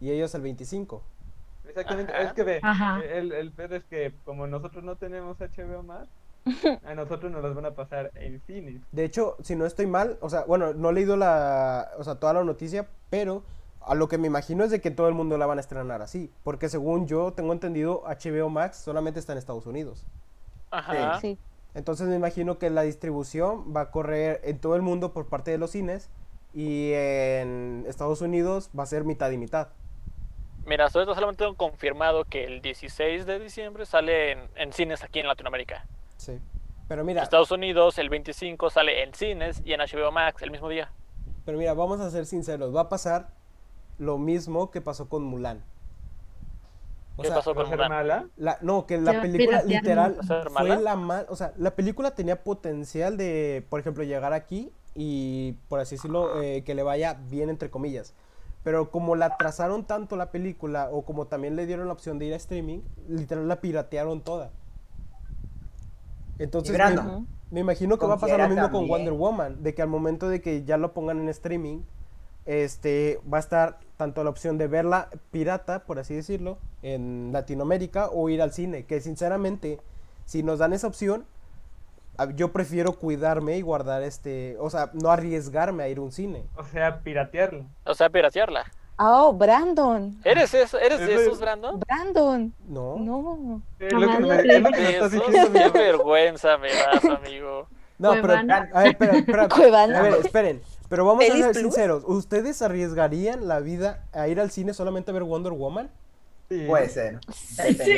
y ellos el 25. Exactamente, Ajá. es que ve, e, Ajá. el, el pedo es que como nosotros no tenemos HBO más, a nosotros nos las van a pasar en cine. De hecho, si no estoy mal, o sea, bueno, no he leído la, o sea, toda la noticia, pero a lo que me imagino es de que todo el mundo la van a estrenar así, porque según yo tengo entendido, HBO Max solamente está en Estados Unidos. Ajá. Sí. Entonces me imagino que la distribución va a correr en todo el mundo por parte de los cines y en Estados Unidos va a ser mitad y mitad. Mira, hasta ahorita solamente han confirmado que el 16 de diciembre sale en, en cines aquí en Latinoamérica. Sí. Pero En mira, Estados Unidos el 25 sale en cines y en HBO Max el mismo día. pero mira, vamos a ser sinceros, va a pasar lo mismo que pasó con Mulan. O ¿Qué sea, pasó ¿Va a con ser Mulan? mala? La, no, que Se la va película pirateando. literal ¿Va a ser fue mala? la más, o sea, la película tenía potencial de, por ejemplo, llegar aquí y, por así decirlo, eh, que le vaya bien, entre comillas. Pero como la trazaron tanto la película, o como también le dieron la opción de ir a streaming, literal la piratearon toda. Entonces, Librando. me, me imagino que va a pasar lo Considera mismo con también. Wonder Woman, de que al momento de que ya lo pongan en streaming, este, va a estar tanto la opción de verla pirata, por así decirlo, en Latinoamérica o ir al cine, que sinceramente, si nos dan esa opción, a- yo prefiero cuidarme y guardar este, o sea, no arriesgarme a ir a un cine. O sea, piratearlo. O sea, piratearla. Oh, Brandon. ¿Eres eso? ¿Eres Es de esos, el- Brandon? Brandon. No. No. Es lo que, me, Madre. es lo que me estás Eso, diciendo. qué vergüenza me das, amigo. No, pero Cuevana. pues, a ver, espera, espera. Cuevana. A ver, esperen. Pero vamos a ¿Pelis ser Plus? sinceros, ¿ustedes arriesgarían la vida a ir al cine solamente a ver Wonder Woman? Sí. Puede ser. Sí, Sí.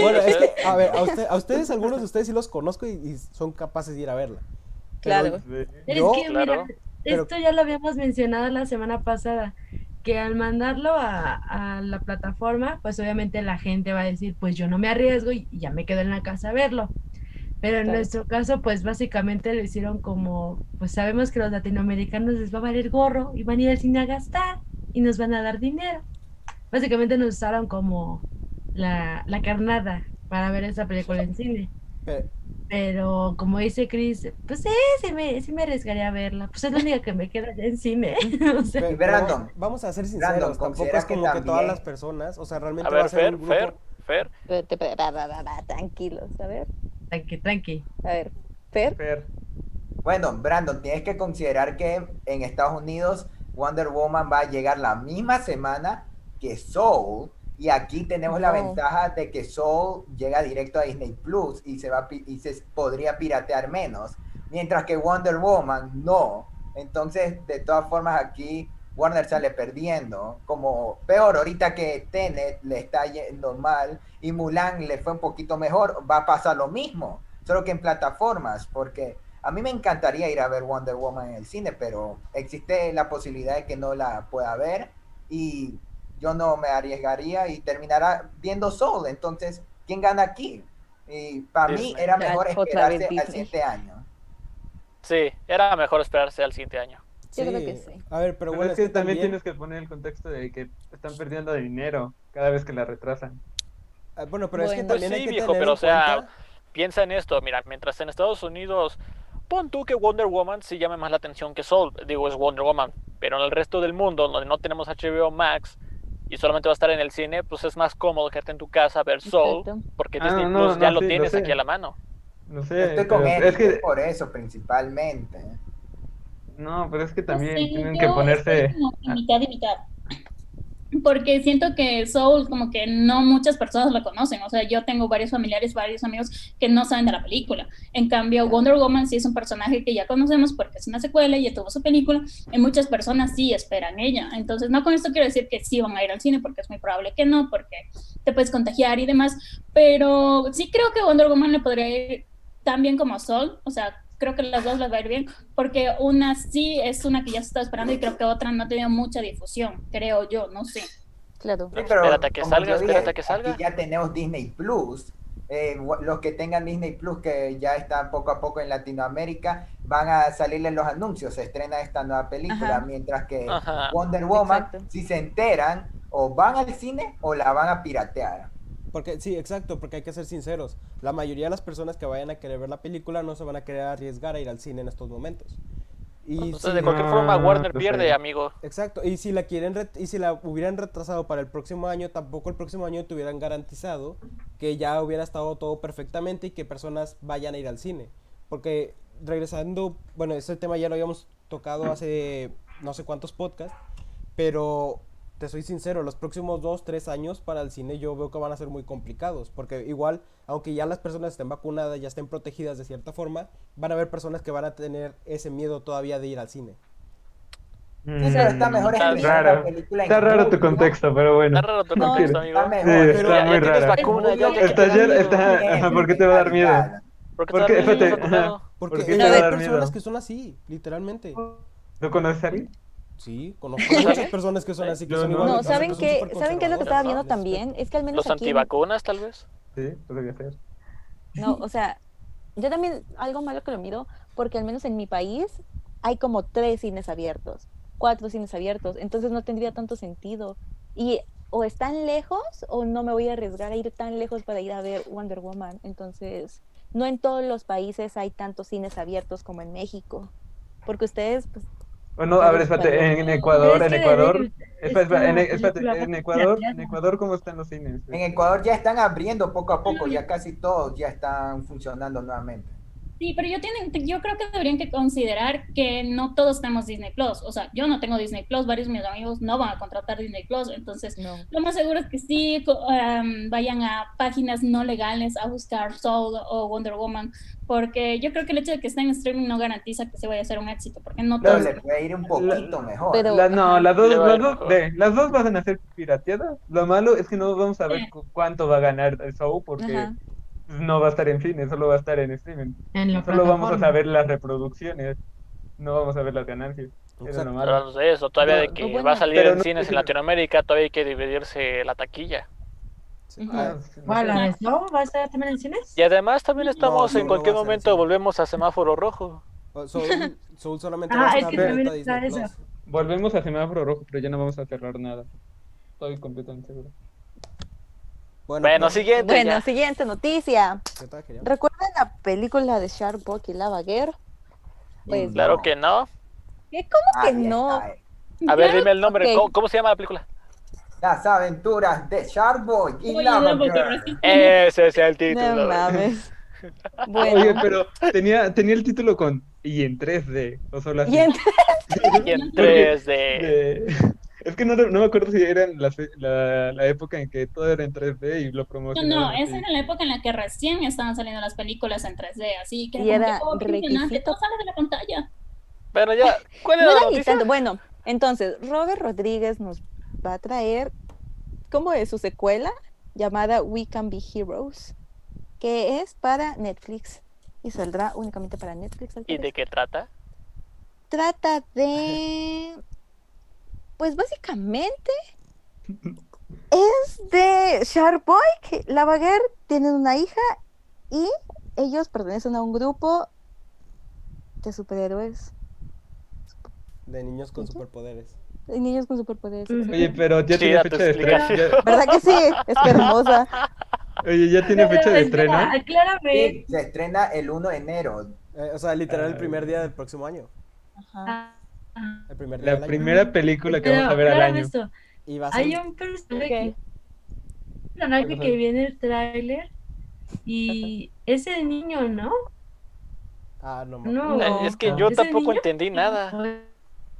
Bueno, es que, a ver, a, usted- a ustedes, algunos de ustedes sí los conozco y, y son capaces de ir a verla. Claro. Pero- Sí. Es Yo, que, claro, mira, pero- esto ya lo habíamos mencionado la semana pasada, que al mandarlo a, a la plataforma, pues obviamente la gente va a decir, pues yo no me arriesgo y, y ya me quedo en la casa a verlo. Pero en Claro. nuestro caso, pues básicamente lo hicieron como, pues sabemos que los latinoamericanos les va a valer gorro y van a ir al cine a gastar y nos van a dar dinero. Básicamente nos usaron como la, la carnada para ver esa película en cine. Pero, Pero como dice Chris, pues sí, sí me, sí me arriesgaría a verla. Pues es la única que me queda allá en cine. o sea, pero Brandon. vamos a ser sinceros, Brandon, tampoco considera es como que que, todas también- las personas, o sea, realmente A va a ver, ser Fer, un grupo- Fer, Fer. Espérate, espérate, va, va, va, va, Tranquilos. A ver. tranqui, tranqui. A ver. Fer. Fer, Bueno, Brandon, tienes que considerar que en Estados Unidos Wonder Woman va a llegar la misma semana que Soul. Y aquí tenemos la No. ventaja de que Soul llega directo a Disney Plus y se, va, a pi- y se podría piratear menos. Mientras que Wonder Woman no. Entonces, de todas formas, aquí Warner sale perdiendo, como peor ahorita que Tenet le está yendo mal y Mulan le fue un poquito mejor, va a pasar lo mismo, solo que en plataformas, porque a mí me encantaría ir a ver Wonder Woman en el cine, pero existe la posibilidad de que no la pueda ver y yo no me arriesgaría y terminará viendo Soul, entonces, ¿quién gana aquí? Y para mí Disney. era mejor Otra vez esperarse al Disney. siguiente año. Sí, era mejor esperarse al siguiente año. Yo creo que sí. A ver, pero, Pero bueno, es que también tienes que poner el contexto de que están perdiendo dinero cada vez que la retrasan. Ah, Bueno, pero es que Bueno. Pues también sí, hay que viejo, tener pero, en o sea, cuenta- Piensa en esto, mira, mientras en Estados Unidos, pon tú que Wonder Woman sí llame más la atención que Soul, digo, es Wonder Woman, pero en el resto del mundo, donde no tenemos HBO Max y solamente va a estar en el cine, pues es más cómodo quedarte en tu casa a ver Soul, Exacto. porque Ah, Disney no, Plus no, ya sí, lo lo tienes sé. aquí a la mano. No sé, Estoy con pero Eric, es que por eso principalmente. no, pero es que también Sí, tienen yo que estoy ponerse como en mitad y mitad. Porque siento que Soul, como que no muchas personas lo conocen. O sea, yo tengo varios familiares, varios amigos que no saben de la película. En cambio, Wonder Woman sí es un personaje que ya conocemos porque es una secuela y ya tuvo su película. Y muchas personas sí esperan ella. Entonces, no con esto quiero decir que sí van a ir al cine porque es muy probable que no, porque te puedes contagiar y demás. Pero sí creo que Wonder Woman le podría ir tan bien como Soul. O sea, creo que las dos las va a ir bien porque una sí es una que ya se estaba esperando y creo que otra no ha tenido mucha difusión, creo yo, no sé. Claro. Sí, Espérate a que como salga, yo espérate a que aquí salga. ya tenemos Disney Plus. Eh, wa- los que tengan Disney Plus, que ya están poco a poco en Latinoamérica, van a salirle los anuncios. Se estrena esta nueva película, Ajá. mientras que Ajá. Wonder Woman, Ah, Exacto. si se enteran, o van al cine o la van a piratear. Porque, sí, exacto, porque hay que ser sinceros. La mayoría de las personas que vayan a querer ver la película no se van a querer arriesgar a ir al cine en estos momentos. Y Pues, Entonces, si- de cualquier no, forma, no Warner sé. pierde, amigo. Exacto, y si la quieren ret- y si la hubieran retrasado para el próximo año, tampoco el próximo año te hubieran garantizado que ya hubiera estado todo perfectamente y que personas vayan a ir al cine. Porque regresando, bueno, ese tema ya lo habíamos tocado hace no sé cuántos podcasts, pero te soy sincero, los próximos dos, tres años para el cine yo veo que van a ser muy complicados, porque igual, aunque ya las personas estén vacunadas, ya estén protegidas de cierta forma, van a haber personas que van a tener ese miedo todavía de ir al cine. Sí, pero está Mm, mejor está estrenar raro. la película en Está raro tu julio. contexto, pero bueno. Está raro tu No, está contexto, amigo. Está mejor. Sí, Pero está ya, muy ya tienes raro. vacuna, ya, ya Julio, te Está da ya- miedo. está- Ajá, ¿por qué te va a dar miedo? Calidad. ¿Por qué te ¿Por da qué? miedo? Espérate, ¿Estás vacunado? ajá. Porque ¿Por qué eh, te va a hay dar personas miedo? que son así, literalmente. Oh. ¿No conoces a alguien? Sí, conozco muchas personas que son así, que Yo son no. igual. de- Bueno, No, que ¿saben son qué? súper ¿Saben qué es lo que estaba viendo conservadores, también? Es que al menos Este, ¿Los aquí en- antivacunas, tal vez? Sí, podría ser. No, o sea, yo también algo malo que lo miro, porque al menos en mi país hay como tres cines abiertos, cuatro cines abiertos, entonces no tendría tanto sentido. Y o están lejos o no me voy a arriesgar a ir tan lejos para ir a ver Wonder Woman. Entonces, no en todos los países hay tantos cines abiertos como en México, porque ustedes, pues, Bueno, a ver, espérate, en Ecuador, Pero es en que Ecuador, debería- espérate, espérate, en, esta espérate, película en va a Ecuador, piratear. en Ecuador, ¿cómo están los cines? En Ecuador ya están abriendo poco a poco, ya casi todos ya están funcionando nuevamente. Sí, pero yo, tienen, yo creo que deberían que considerar que no todos tenemos Disney Plus. O sea, yo no tengo Disney Plus, varios de mis amigos no van a contratar Disney Plus. Entonces, no. lo más seguro es que sí co- em, vayan a páginas no legales a buscar Soul o Wonder Woman, porque yo creo que el hecho de que esté en streaming no garantiza que se vaya a hacer un éxito, porque no Pero todos. le puede ir un poquito mejor. Pero- La- no, las dos, Le va a las ir dos, mejor. ve, las dos van a ser pirateadas. Lo malo es que no vamos a Eh. ver Sí. cu- cuánto va a ganar el show porque pues, Ajá. no va a estar en cine, solo va a estar en streaming. En la Solo vamos a plataforma. saber las reproducciones, no vamos a ver las ganancias. Eso es lo Exacto. malo. Entonces, eso, todavía de No, que no, bueno, va a salir pero en no- cines en Latinoamérica, todavía hay que dividirse la taquilla. sí. Ujú. Ah, ¿Cuál? ¿La de Soul? ¿Va a estar también en cines? Y además también estamos no, en no cualquier va a ser momento así. volvemos a semáforo rojo. o- Soul, Soul solamente Ah, va a es estar que abierta también a está Disney eso. Plus. Volvemos a semáforo rojo, pero ya no vamos a cerrar nada. Estoy completamente seguro. Bueno, Bueno, pero- siguiente Bueno, ya. siguiente noticia. ¿qué tal, quería? ¿Recuerdan la película de Sharkboy y Lavaguer? Pues, Mm. Claro que no. ¿qué? ¿Cómo que Ahí no? está, eh. A ver, dime el nombre. Ok. ¿Cómo, cómo se llama la película? Las aventuras de Sharkboy y Oye, Lava no, porque Girl. recién- Ese es el No título. mames. Oye, Bueno, pero tenía, tenía el título con y en 3D, o solo así. y entonces, Y en 3D. De- Es que no, no me acuerdo si eran las- la, la época en que todo era en 3D y lo No, promocionaban. no, esa así. era la época en la que recién estaban saliendo las películas en 3D, así que Y como era que, oh, qué impresionante, requisito. todo sale de la pantalla. Bueno, ya. ¿Cuál no era la era ni noticia? tanto. Bueno, Entonces, Robert Rodríguez nos va a traer, ¿cómo es su secuela? Llamada We Can Be Heroes, que es para Netflix y saldrá únicamente para Netflix. al ¿Y de parecer. qué trata? Trata de, pues básicamente es de Sharp Boy, que Lavaguer tienen una hija y ellos pertenecen a un grupo de superhéroes, De niños con Ujú. superpoderes. de niños con superpoderes. Ujú. etcétera. Oye, pero ya tiene Chida tu fecha de estreno. explicación. ¿Verdad que sí? Es hermosa. ya- oye, ya tiene fecha de estreno. ah, Aclárame. Sí, se estrena el 1 de enero. Eh, o sea, literal el Ah. primer día del próximo año. Ajá. El primer día La del año. primera película que vamos a ver al aclárame año. Ah, esto. Y va a Hay ser- un personaje, Ok. que- un personaje Ajá. que viene el tráiler y es el niño, ¿no? Ah, no, mames. No. Eh, Es que yo ¿Es el tampoco niño? entendí nada.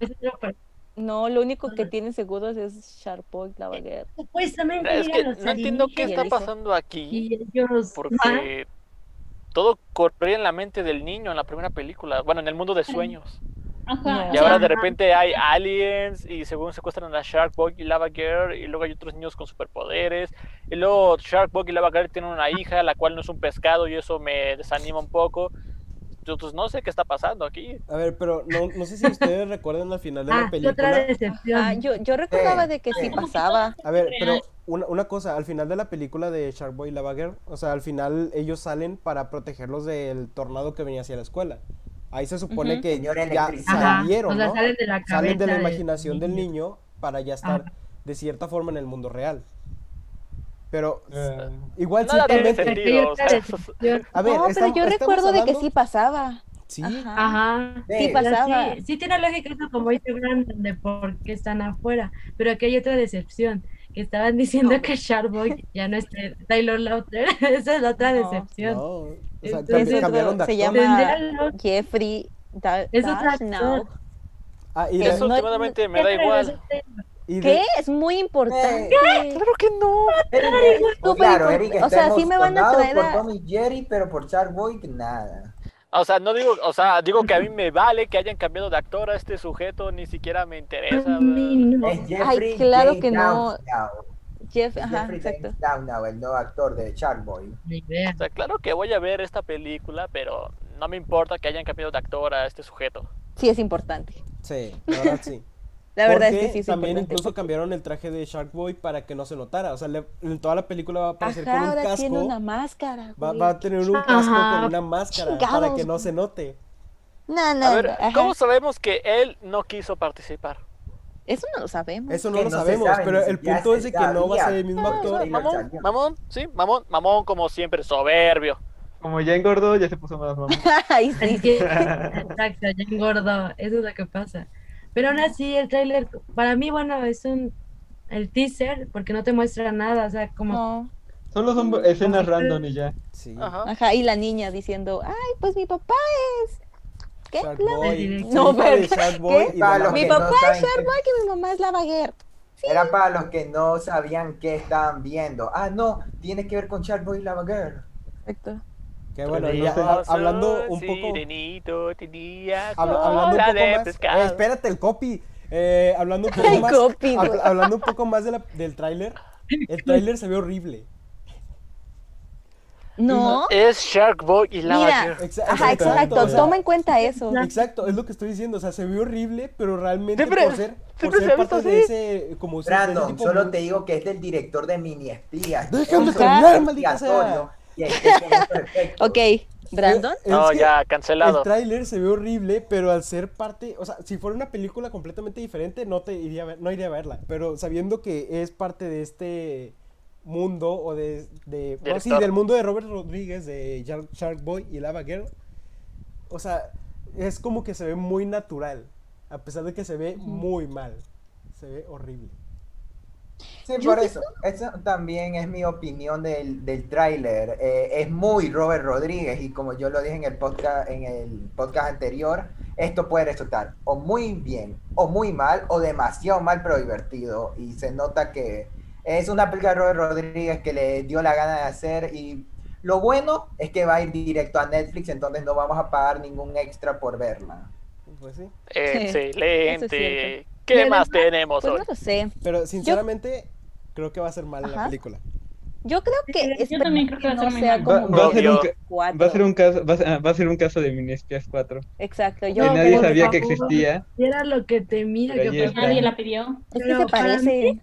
Es otra persona. No, lo único que tiene seguros es Sharpoy Lavaguer. Supuestamente Es que eran los no entiendo qué alienígenas alienígenas. está pasando aquí. y ellos van Porque todo corría en la mente del niño en la primera película. Bueno, en el mundo de sueños. Ajá. No. Y ahora de repente hay aliens y según secuestran a Shark Boy y Lava Girl y luego hay otros niños con superpoderes. Y luego Shark Boy y Lava Girl tienen una hija, la cual no es un pescado y eso me desanima un poco. Yo pues no sé qué está pasando aquí. A ver, pero no, no sé si ustedes recuerdan al final de Ah, la y otra película. decepción. Ah, yo, yo Eh, recordaba de que sí Sí. pasaba. A ver, pero una, una cosa, al final de la película de Sharkboy y Lava Girl, o sea, al final ellos salen para protegerlos del tornado que venía hacia la escuela. Ahí se supone Ujú. que Señor ya electricidad. Ajá, salieron, o sea, ¿no? salen de la cabeza. Salen de la del imaginación del niño. niño para ya estar de cierta forma en el mundo real. Pero Ah, igual Nada tiene ciertamente- sentido, o Otra sea, decepción. A ver, no, estamos- pero yo estamos recuerdo de que hablando- sí pasaba. Sí, Ajá. Ajá. Sí, Sí O sea, pasaba. Sí, sí tiene lógica eso como dice Brandon de por qué están afuera, pero aquí hay otra decepción, que estaban diciendo que Sharboy ya no es Taylor Lauter, esa es la otra No. decepción. no, o sea, Es- cambi- es otro- cambiaron de se actor. llama- Tendría lo- Jeffrey Da Es otro Dash Now. actor. Ah, y, Pero de- Eso no- últimamente me da Ya igual. regresó Taylor. y de- ¿Qué? Es muy Eh, importante. Claro que no. Súper claro, importante. Eric O sea, sí me van a emocionado traer a- por Tom y Jerry, pero por Shark Boy, nada. O sea, no digo, o sea, digo que a mí me vale que hayan cambiado de actor a este sujeto, ni siquiera me interesa. A mí no. Es Jeffrey claro J. que no. Doudna. Jeff, Es ajá, Jeffrey exacto. James Doudna, el nuevo actor de Shark Boy. Ni idea. O sea, claro que voy a ver esta película, pero no me importa que hayan cambiado de actor a este sujeto. Sí es importante. Sí, la verdad sí. La verdad es Porque que sí es también importante. incluso cambiaron el traje de Sharkboy para que no se notara. O sea, le- en toda la película va a aparecer Ajá, con un ahora casco. tiene una máscara. Va, güey. va a tener un casco con Ajá. una máscara para Chingados, que no se note. No, no, A ver, no, ajá. ¿cómo sabemos que él no quiso participar? Eso no lo sabemos. Eso no Que lo no se sabemos, sabe, pero ni el siquiera punto se es de que no va a ser el mismo sabía. actor. Sí, Mamón, salió. mamón, sí, mamón, mamón como siempre, soberbio. Como ya engordó, ya se puso más mamón. Ay, sí. Es que, exacto, ya engordó, eso es lo que pasa. Pero aún así, el tráiler, para mí, bueno, es un el teaser, porque no te muestra nada, o sea, como No. Solo son escenas random y ya. Sí. Ajá. Ajá, y la niña diciendo, ay, pues mi papá es. ¿Qué? Sharkboy. dirección. No, hijo de pero- Sharkboy ¿qué? y de Para la- los Mi que papá no saben qué- Ay, que mi mamá es lavaguer. Era para los que no sabían qué estaban viendo. Ah, no, tiene que ver con Shark Boy y Lava Girl. Exacto. Que bueno, Pero ya no sé. ha- hablando un poco. Sirenito tenía habla- hablando un cola poco de más. pescado. Eh, espérate, el copy. Eh, hablando un poco El más. copy, hab- güey. hablando un poco más de la- del tráiler. El tráiler se ve horrible. No. Es Shark Boy y Lava Mira, Girl. Exa- Ajá, exacto. o sea, Toma en cuenta eso. Exacto, es lo que estoy diciendo. O sea, se ve horrible, pero realmente Siempre- por ser, por siempre se ser ha parte visto de ese. Como ese- de ese Brandon, tipo solo muy- te digo que es del director de Mini Espías. Déjame Es un terminar, obligatorio maldita sea. que esté con esos efectos. Ok, Brandon. Es No, que ya, El cancelado. tráiler se ve horrible, pero al ser parte, o sea, si fuera una película completamente diferente, no te iría a ver- no iría a verla. Pero sabiendo que es parte de este mundo o de, de bueno, sí, Director. del mundo de Robert Rodríguez, de Shark, Shark Boy y Lava Girl, o sea, es como que se ve muy natural, a pesar de que se ve muy mal, se ve horrible. Sí, Yo por sí eso. Eso también es mi opinión del, del tráiler. Eh, es muy Robert Rodríguez y como yo lo dije en el podcast, en el podcast anterior, esto puede resultar o muy bien, o muy mal, o demasiado mal, pero divertido. Y se nota que es una película de Robert Rodríguez que le dio la gana de hacer y lo bueno es que va a ir directo a Netflix, entonces no vamos a pagar ningún extra por verla. Pues sí. Excelente. ¿Qué De más verdad, tenemos Pues no hoy? lo sé. Pero sinceramente, creo que va a ser mala la Ajá. película. Yo creo Sí, que yo también creo que va a no ser muy sea malo. Va, como va a no, ser yo- un, Gladiador ca- cuatro. va a ser un caso, va, a- va a ser un caso de Minispias 4. Exacto, Que yo No, nadie por sabía que favor. existía. Era lo que temía Pero que ya este pasara. está. Nadie la pidió. es que Pero se para parece.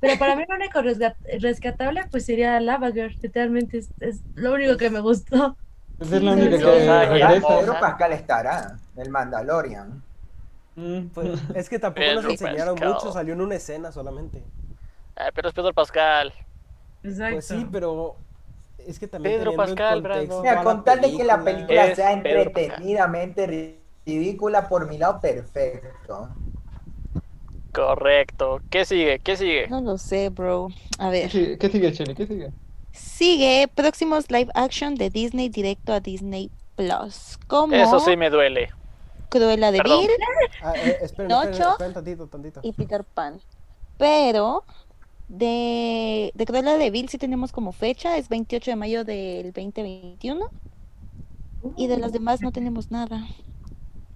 Pero para mí lo único resga- rescatable pues sería Lava Girl, literalmente es, es lo único que me gustó. Esa Pues es la única Yo sabía, que regresa. amor. Pedro Pascal estará, el Mandalorian. Mm, Pues, pues, es que tampoco Pedro nos enseñaron Pascal. mucho, salió en una escena solamente. Ah, pero es Pedro Pascal. Exacto. Pues sí, pero es que también Pedro teniendo en Pascal, contexto Brandon. toda Eh, Mira, con tal de que la película Es sea Pedro entretenidamente ri- ridícula, por mi lado, perfecto. Correcto. ¿Qué sigue? ¿Qué sigue? No lo sé, bro. A ¿qué ver. sigue- ¿Qué sigue, Cheli? ¿Qué sigue? Sigue próximos live action de Disney directo a Disney Plus. Como Eso sí me duele. Cruella de Perdón. Vil Ah, eh, esperen, Nocho. esperen, esperen tantito, tantito. y Peter Pan. Pero de, de Cruella de Vil sí tenemos como fecha, es 28 de mayo del 2021. Y de las demás no tenemos nada.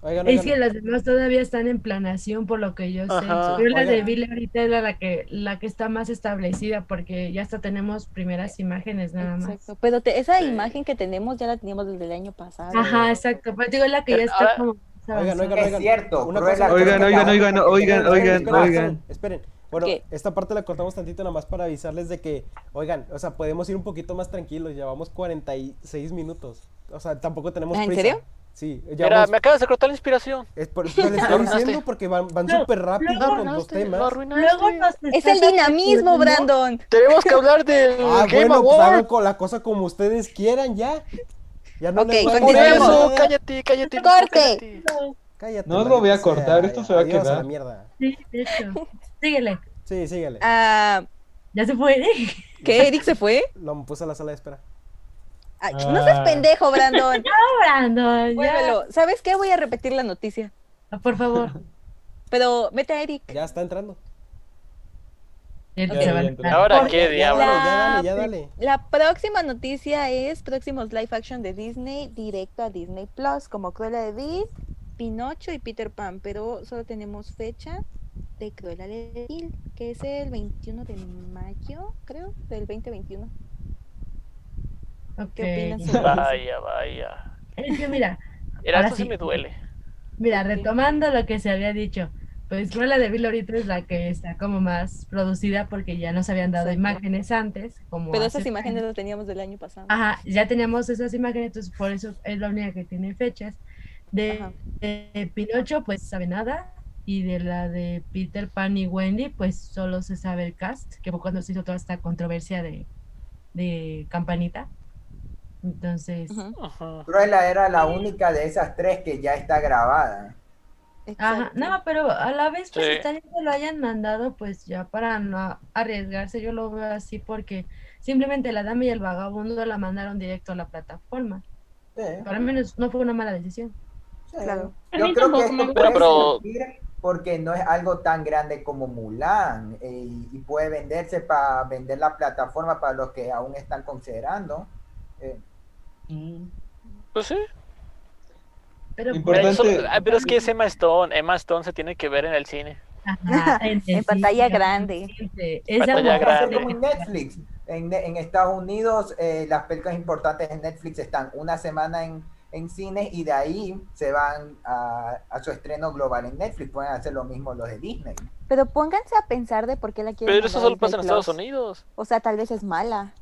Oigan, Es oigan, que las demás todavía están en planación, por lo que yo sé. Ajá. Pero la de Oigan. Bill ahorita es la que, la que está más establecida, porque ya hasta tenemos primeras imágenes nada más. Exacto. Pero te- esa Sí. imagen que tenemos ya la teníamos desde el año pasado. Ajá, exacto. Pues digo, es la que ya está Ahora- como más Oigan, avanzada. oigan, Es cierto, una Cruella cosa- creo Oigan, que oigan, la- oigan, oigan, oigan, esperen, oigan. esperen, esperen. Bueno, ¿Qué? esta parte la cortamos tantito nada más para avisarles de que, oigan, o sea, podemos ir un poquito más tranquilos, llevamos 46 minutos. O sea, tampoco tenemos ¿Ah, en prisa. serio? Sí, Mira, llevamos... me acabas de cortar la inspiración. Es por, te lo estoy diciendo porque van, van No, súper rápido luego con No, los este- no temas. arruinaste. Luego nos Es estás el dinamismo, haciendo- Brandon. Tenemos que hablar del Ah, Game bueno, pues hagan Award. con la cosa como ustedes quieran ya. Ya no Ok, les voy a- Por continuemos. eso, cállate, cállate. no, Corte. cállate. Cállate, No os lo voy a maldita cortar, sea, esto ya. se va a Adiós quedar. la mierda. Sí, de hecho. Síguele. Sí, síguele. Ah, Ya se puede. ¿Qué? ¿Eric se fue? Lo puse a la sala de espera. Ay, No seas Ah. pendejo, Brandon. Brandon, ya. Vuélvelo. ¿Sabes qué? Voy a repetir la noticia. Ah, Por favor. Pero mete a Eric. Ya está entrando. Ya Ok. se va a entrar. Ahora Porque qué Ya, diablo. dale, ya La- dale, ya dale. La próxima noticia es próximos live action de Disney directo a Disney Plus, como Cruella de Vil, Pinocho y Peter Pan, pero solo tenemos fecha de Cruella de Vil, que es el 21 de mayo, creo, del 2021. Ah, Ok. ¿Qué opinas sobre eso? Vaya, vaya. Es que mira, Mira, Ahora eso sí sí. me duele. Mira, Ok. retomando lo que se había dicho, pues Cruella de Vil ahorita es la que está como más producida porque ya nos habían dado Exacto. imágenes antes, como Pero hace- esas imágenes las teníamos del año pasado. Ajá, ya teníamos esas imágenes, entonces por eso es la única que tiene fechas. Ajá. De, de Pinocho, pues sabe nada, y de la de Peter Pan y Wendy, pues solo se sabe el cast, que fue cuando se hizo toda esta controversia de, de Campanita. Entonces, Ujú, Ajá. Cruella era la única de esas tres que ya está grabada. Ajá, exacto. no, pero a la vez, pues Sí. está bien que lo hayan mandado, pues ya para no arriesgarse, yo lo veo así porque simplemente la dama y el vagabundo la mandaron directo a la plataforma. Sí, Pero al menos no fue una mala decisión. sí. Claro. A Yo mí creo que tampoco esto me puede gusta. Pero- servir porque no es algo tan grande como Mulan eh, y y puede venderse para vender la plataforma para los que aún están considerando. Eh, Pues sí. Pero pues, Mira, yo Importante. solo- ah, pero es que es Emma Stone. Emma Stone se tiene que ver en el cine. Ajá, En pantalla cine, grande. gente, esa Pantalla mujer- va a ser grande. como en Netflix. En, en Estados Unidos, eh, las películas importantes en Netflix están una semana en, en cines y de ahí se van a, a su estreno global en Netflix. Pueden hacer lo mismo los de Disney. Pero pónganse a pensar de por qué la quieren Pero eso mandar a solo pasa en Disney Plus. Estados Unidos. O sea, tal vez es mala.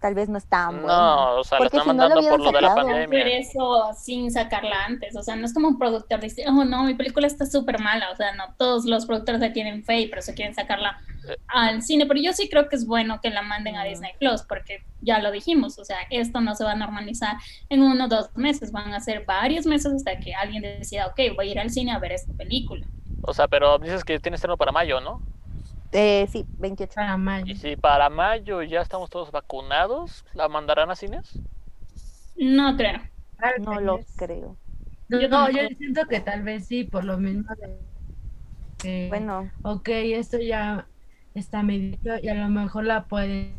Tal vez no es tan buena. No, o sea, lo Ah, Porque están si no lo mandando por lo hubieran de la sacado. hacer pandemia. eso sin sacarla antes. O sea, no es como un productor dice, oh no, mi película está súper mala. O sea, no todos los productores la tienen fe y por eso quieren sacarla al cine. Pero yo sí creo que es bueno que la manden a Disney Plus, porque ya lo dijimos. O sea, esto no se va a normalizar en uno o dos meses. Van a ser varios meses hasta que alguien decida, ok, voy a ir al cine a ver esta película. O sea, pero dices que tiene estreno para mayo, ¿no? Eh, sí, 28. para Maya. Y si para mayo ya estamos todos vacunados, ¿la mandarán a cines? No creo. No lo creo. No, Yo no, tampoco. yo siento que tal vez sí, por lo mismo de que- Bueno, ok, esto ya está medido y a lo mejor la pueden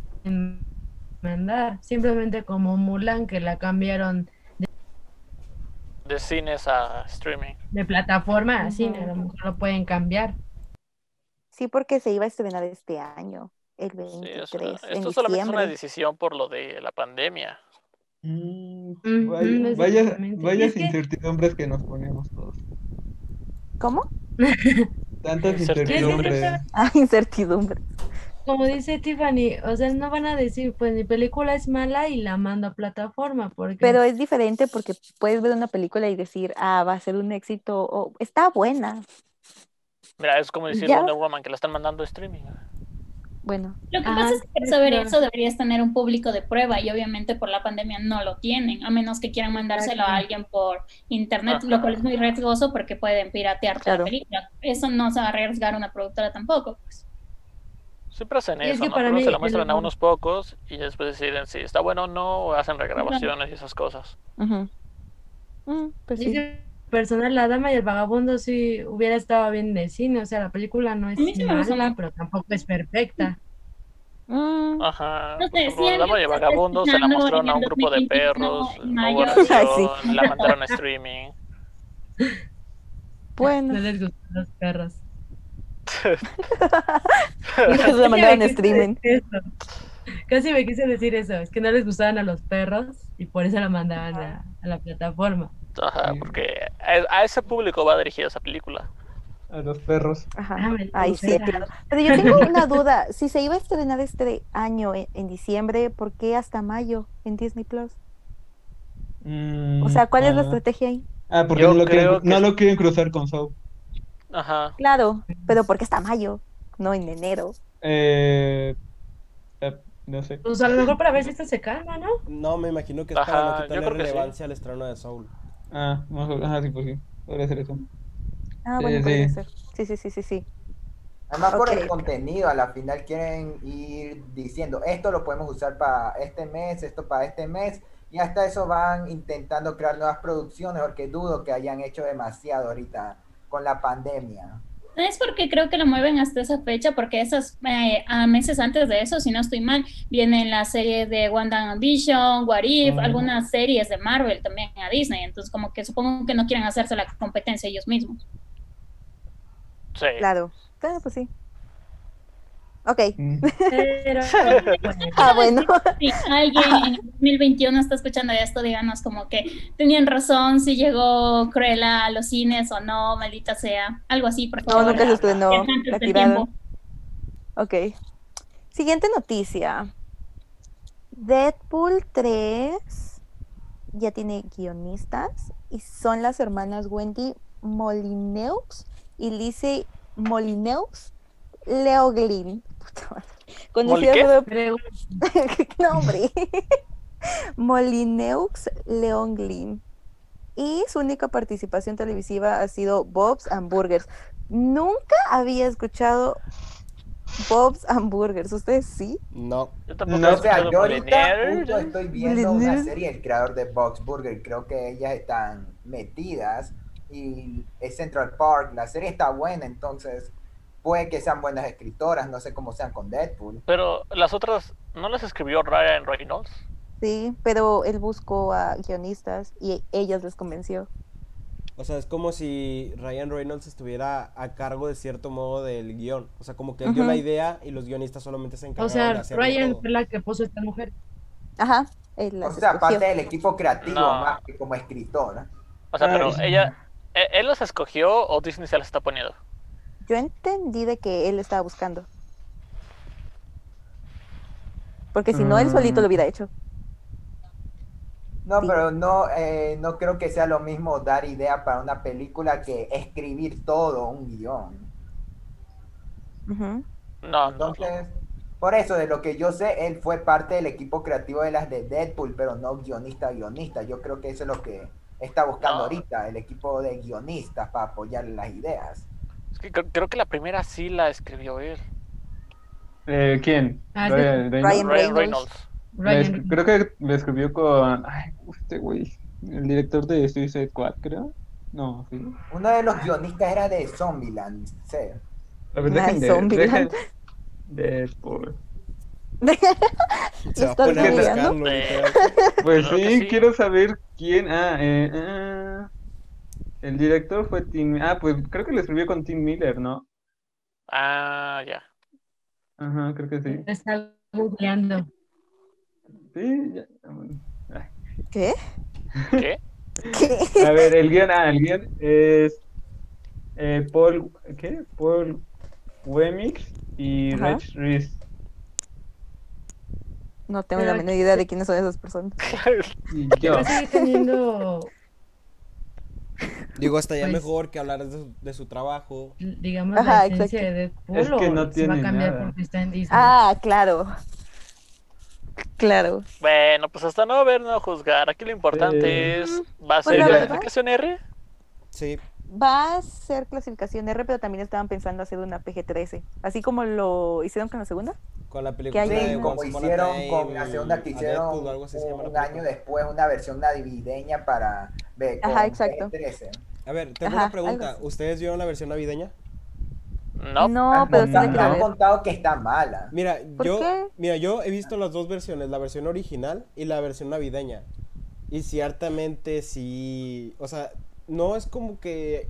mandar. Simplemente como Mulan, que la cambiaron De cines a streaming. de plataforma, así Ujú. a lo mejor lo pueden cambiar. Sí, porque se iba a estrenar este año, el Sí, 23, es una- en esto solamente es una diciembre. decisión por lo de la pandemia. Mm, Mm, mm, vaya, es vaya, exactamente. Y es vayas que- incertidumbres que nos ponemos todos. ¿Cómo? Tantas Incertidumbres. incertidumbres. Ah, incertidumbre. Como dice Tiffany, o sea, no van a decir, pues mi película es mala y la mando a plataforma, porque Pero es diferente porque puedes ver una película y decir, ah, va a ser un éxito, o está buena. Mira, es como decir Ya. Wonder Woman que la están mandando a streaming. Bueno, Lo que Ah, pasa es que para sí, saber claro. eso deberías tener un público de prueba y obviamente por la pandemia no lo tienen, a menos que quieran mandárselo Exacto. a alguien por internet, Ajá. lo cual es muy riesgoso porque pueden piratear toda Claro. la película. Eso no se va a arriesgar una productora tampoco. pues. Siempre hacen Y es eso, que ¿no? para Primero mí se la el muestran a amor- unos pocos y después deciden si está bueno o no, o hacen regrabaciones y esas cosas. ujú. Mm, pues sí. dice personal, la dama y el vagabundo sí hubiera estado bien en el cine, o sea, la película no es A mí sí me gustó mala, mucho. pero tampoco es perfecta. Mm, Ajá. No por sé, ejemplo, si la Dama y el alguien está Vagabundo se la escuchando mostraron a en un el grupo de 2021 perros, en no hubo mayo. reacción, Ay, sí. la mandaron a streaming. No bueno, les gustan los perros. entonces la mandaron Casi me en quise streaming. decir eso. Casi me quise decir eso, es que no les gustaban a los perros y por eso la mandaban a, a la plataforma. Ajá, Sí. porque a, a ese público va dirigida esa película. A los perros. Ajá. Ah, maldita Ay, sí, sea. claro. Pero yo tengo una duda. Si se iba a estrenar este año, en, en diciembre, ¿por qué hasta mayo en Disney Plus? O sea, ¿cuál es la estrategia ahí? Mm, Ah, porque Yo no lo, quieren, creo que- no lo quieren cruzar con Soul. Ajá. Claro, pero ¿por qué hasta mayo? No en enero. Eh, eh, no sé. Pues a lo mejor para ver si esto se calma, ¿no? No, me imagino que es para Ajá, yo no quitarle creo que sí. relevancia al estreno de Soul. Ah, vamos a ver. Ah, sí, pues sí. Podría ser eso. Ah, Sí, bueno, sí. podría ser. Sí, sí, sí, sí, sí. Además, por el Ok. contenido, a la final quieren ir diciendo, esto lo podemos usar para este mes, esto para este mes, y hasta eso van intentando crear nuevas producciones, porque dudo que hayan hecho demasiado ahorita con la pandemia. Es porque creo que lo mueven hasta esa fecha, porque esas eh, a meses antes de eso, si no estoy mal, vienen las series de WandaVision, What If, Ujú. algunas series de Marvel también a Disney. Entonces, como que supongo que no quieren hacerse la competencia ellos mismos. Sí. Claro. Claro, pues sí. Ok. Mm. Pero bueno, Ah, bueno. Si alguien en el 2021 está escuchando esto, díganos como que tenían razón, si llegó Cruella a los cines o no, maldita sea, algo así, por No, favor. nunca se estrenó. Es antes La del tiraron. tiempo. Ok. Siguiente noticia. Deadpool 3 ya tiene guionistas y son las hermanas Wendy Molineux y Lizzie Molineux Leoglin. Puta madre. Conocidas ¿Mol creo- ¿Qué nombre? Molineux León Glynn. Y su única participación televisiva ha sido Bob's Hamburgers. Nunca había escuchado Bob's Hamburgers. ¿Ustedes sí? No. Yo tampoco No, he O sea, escuchado yo ahorita Moliner. justo estoy viendo una Moliner. serie, el creador de Box Burger, creo que ellas están metidas y es Central Park, la serie está buena, entonces puede que sean buenas escritoras, no sé cómo sean con Deadpool. Pero las otras, ¿no las escribió Ryan Reynolds? Sí, pero él buscó a guionistas y ellas les convenció. O sea, es como si Ryan Reynolds estuviera a cargo de cierto modo del guión. O sea, como que él dio Ujú. la idea y los guionistas solamente se O encargaron de sea, hacerlo Ryan todo. fue la que puso esta mujer. Ajá, él O las sea, escogió. parte del equipo creativo No. más que como escritora. O sea, Ah, pero es- ella, ¿e- ¿él las escogió o Disney se las está poniendo? Yo entendí de que él estaba buscando. Porque si no, él solito lo hubiera hecho. No, Sí. pero no, eh, no creo que sea lo mismo dar idea para una película que escribir todo un guión. Ujú. No, no. no. Entonces, por eso, de lo que yo sé, él fue parte del equipo creativo de las de Deadpool, pero no guionista, guionista. Yo creo que eso es lo que está buscando No. ahorita, el equipo de guionistas para apoyar las ideas. Es que creo, creo que la primera sí la escribió él. Eh, ¿quién? Ah, sí. Ryan Reynolds. Ryan Ryan Reynolds. Reynolds. La es- Ryan, Creo que lo escribió con. Ay, este güey. El director de Suicide Squad, creo. No, sí. Uno de los guionistas era de Zombieland, sé. A Ay, ver, dejen de. Zombieland. Dejen Deadpool. Se va a ¿Estás poner a googleando? buscarlo Eh, ahorita. Pues Claro que sí, sí. quiero saber quién. Ah, eh, ah. el director fue Tim. Ah, pues creo que lo escribió con Tim Miller, ¿no? Ah, ya. Ajá, creo que sí. Está googleando. Sí, ya. vámonos. ¿Qué? ¿Qué? A ver, el guión, ah, el guión es eh, Paul, ¿qué? Paul Wemix y Ajá. Rich Reese. No tengo la Pero- menor idea de quiénes son esas personas. Y Yo yo. sigue teniendo, Digo, estaría Pues- mejor que hablar de su, de su trabajo. digamos, Ajá, la esencia de Deadpool Es que o no se va a tiene cambiar nada. porque está en Disney. Ah, claro. Claro. Bueno, pues hasta no ver, no juzgar. Aquí lo importante Eh. es. ¿Va a Pues ser la verdad- clasificación R? Sí, Va a ser clasificación R, pero también estaban pensando hacer una PG-13. Así como lo hicieron con la segunda. con la película hay de en- Sí, Once como Upon a hicieron Time, con la segunda que a hicieron Deadpool, algo así se llama la un película. año después, una versión navideña para ver con Ajá, exacto. P13. A ver, tengo Ajá, una pregunta. algo así. ¿Ustedes vieron la versión navideña? No. Ah, No, pero sí Me la han Montana. quiero ver. contado que está mala. Mira, ¿Por yo, qué? mira, yo he visto las dos versiones, la versión original y la versión navideña. Y ciertamente sí, o sea, no es como que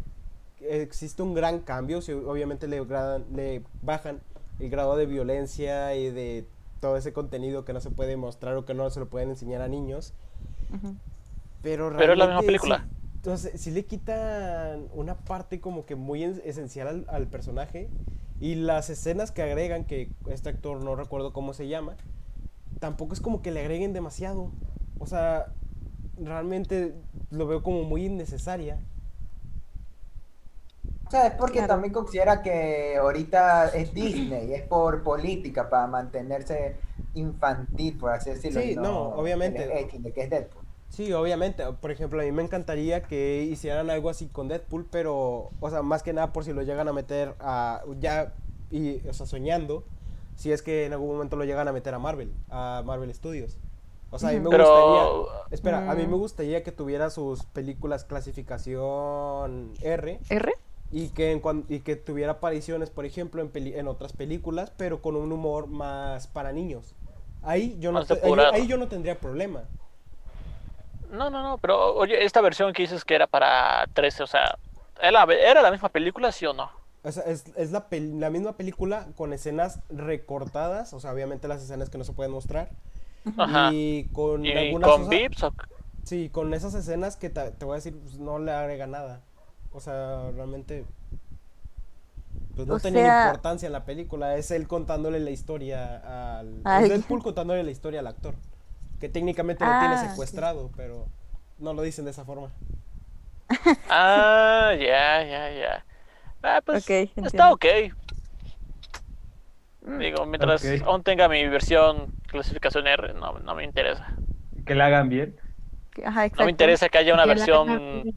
existe un gran cambio, sí, obviamente le, gradan- le bajan el grado de violencia y de todo ese contenido que no se puede mostrar o que no se lo pueden enseñar a niños. Ujú. Pero, Pero es la misma realmente película. sí- entonces, sí le quitan una parte como que muy en- esencial al, al personaje. Y las escenas que agregan, que este actor no recuerdo cómo se llama, tampoco es como que le agreguen demasiado. O sea, realmente lo veo como muy innecesaria. O sea, es porque Claro. también considera que ahorita es Disney, es por política, para mantenerse infantil, por así decirlo. Sí, y no, obviamente. el X de que es Deadpool. Sí, obviamente. Por ejemplo, a mí me encantaría que hicieran algo así con Deadpool, pero, o sea, más que nada por si lo llegan a meter a, ya, y, o sea, soñando, si es que en algún momento lo llegan a meter a Marvel, a Marvel Studios. O sea, a mí Ujú. me Pero. gustaría, espera, a mí Mm. me gustaría que tuviera sus películas clasificación R ¿R? y que, en cuan- y que tuviera apariciones, por ejemplo, en, peli- en otras películas, pero con un humor más para niños. Ahí yo no, Más te- ahí- depurado. ahí yo no tendría problema. No, no, no. Pero, oye, esta versión que dices que era para 13, o sea. ¿Era, era la misma película, sí o no? O sea, es, es la, pel- la misma película con escenas recortadas, o sea, obviamente las escenas que no se pueden mostrar. Ajá. Y, Y con algunas. con o sea, Vips o- sí, con esas escenas que ta- te voy a decir, pues, no le agrega nada. O sea, realmente. Pues no O tenía sea- importancia en la película. Es él contándole la historia al. Ay. Es Deadpool contándole la historia al actor. Que técnicamente lo Ah, sí. tiene secuestrado, pero no lo dicen de esa forma. Ah, ya, ya, ya. Ah, pues Ok, entiendo. Mm, está ok. Digo, mientras Ok. aún tenga mi versión clasificación R, no, no me interesa. Que la hagan bien. Ajá, exacto. No me interesa que haya una Que la- versión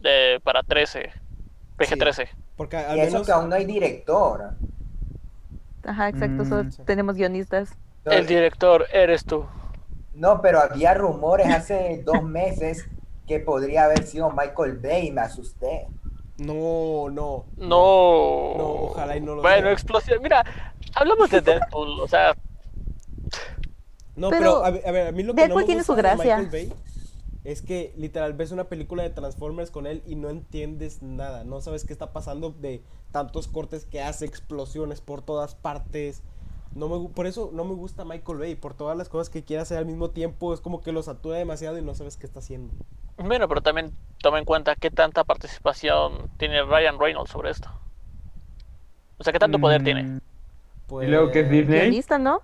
de, para 13, PG-13. Porque al Y eso menos. que aún no hay director. Ajá, exacto. Solo Mm. tenemos guionistas. eh. El director eres tú. No, pero había rumores hace dos meses que podría haber sido Michael Bay, me asusté. No, no. No. No, ojalá y no lo Bueno, sea. explosión. Mira, hablamos de Deadpool, o sea, No, Pero pero, a, ver, a ver, a mí lo que Deadpool no me tiene su gusta de gracia. Michael Bay es que literal ves una película de Transformers con él y no entiendes nada, no sabes qué está pasando de tantos cortes que hace, explosiones por todas partes. No me, gu- por eso no me gusta Michael Bay, por todas las cosas que quiere hacer al mismo tiempo, es como que lo satura demasiado y no sabes qué está haciendo. bueno, pero también toma en cuenta qué tanta participación tiene Ryan Reynolds sobre esto. O sea, qué tanto poder tiene. Mm, Pues, Y luego que es Disney. Guionista, ¿no?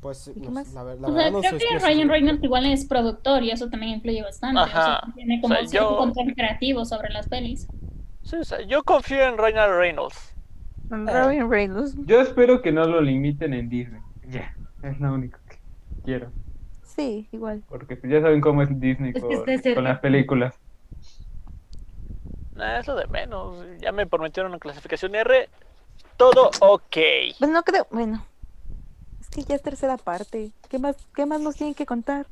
Pues qué no, más? la, ver- la O verdad sea, no creo soy- que no soy- Ryan Reynolds igual es productor y eso también influye bastante. O sea, Ajá. tiene como O sea, cierto yo- control creativo sobre las pelis. Sí, o sea, yo confío en Ryan Reynolds. Eh. Robin Reynolds. Yo espero que no lo limiten en Disney. Ya, es lo único que quiero. Sí, igual. Porque pues, ya saben cómo es Disney Es que con, está cerca. con las películas. Nah, eso de menos. Ya me prometieron una clasificación R. Todo ok. Pues no creo. Bueno. Es que ya es tercera parte. ¿Qué más, qué más nos tienen que contar?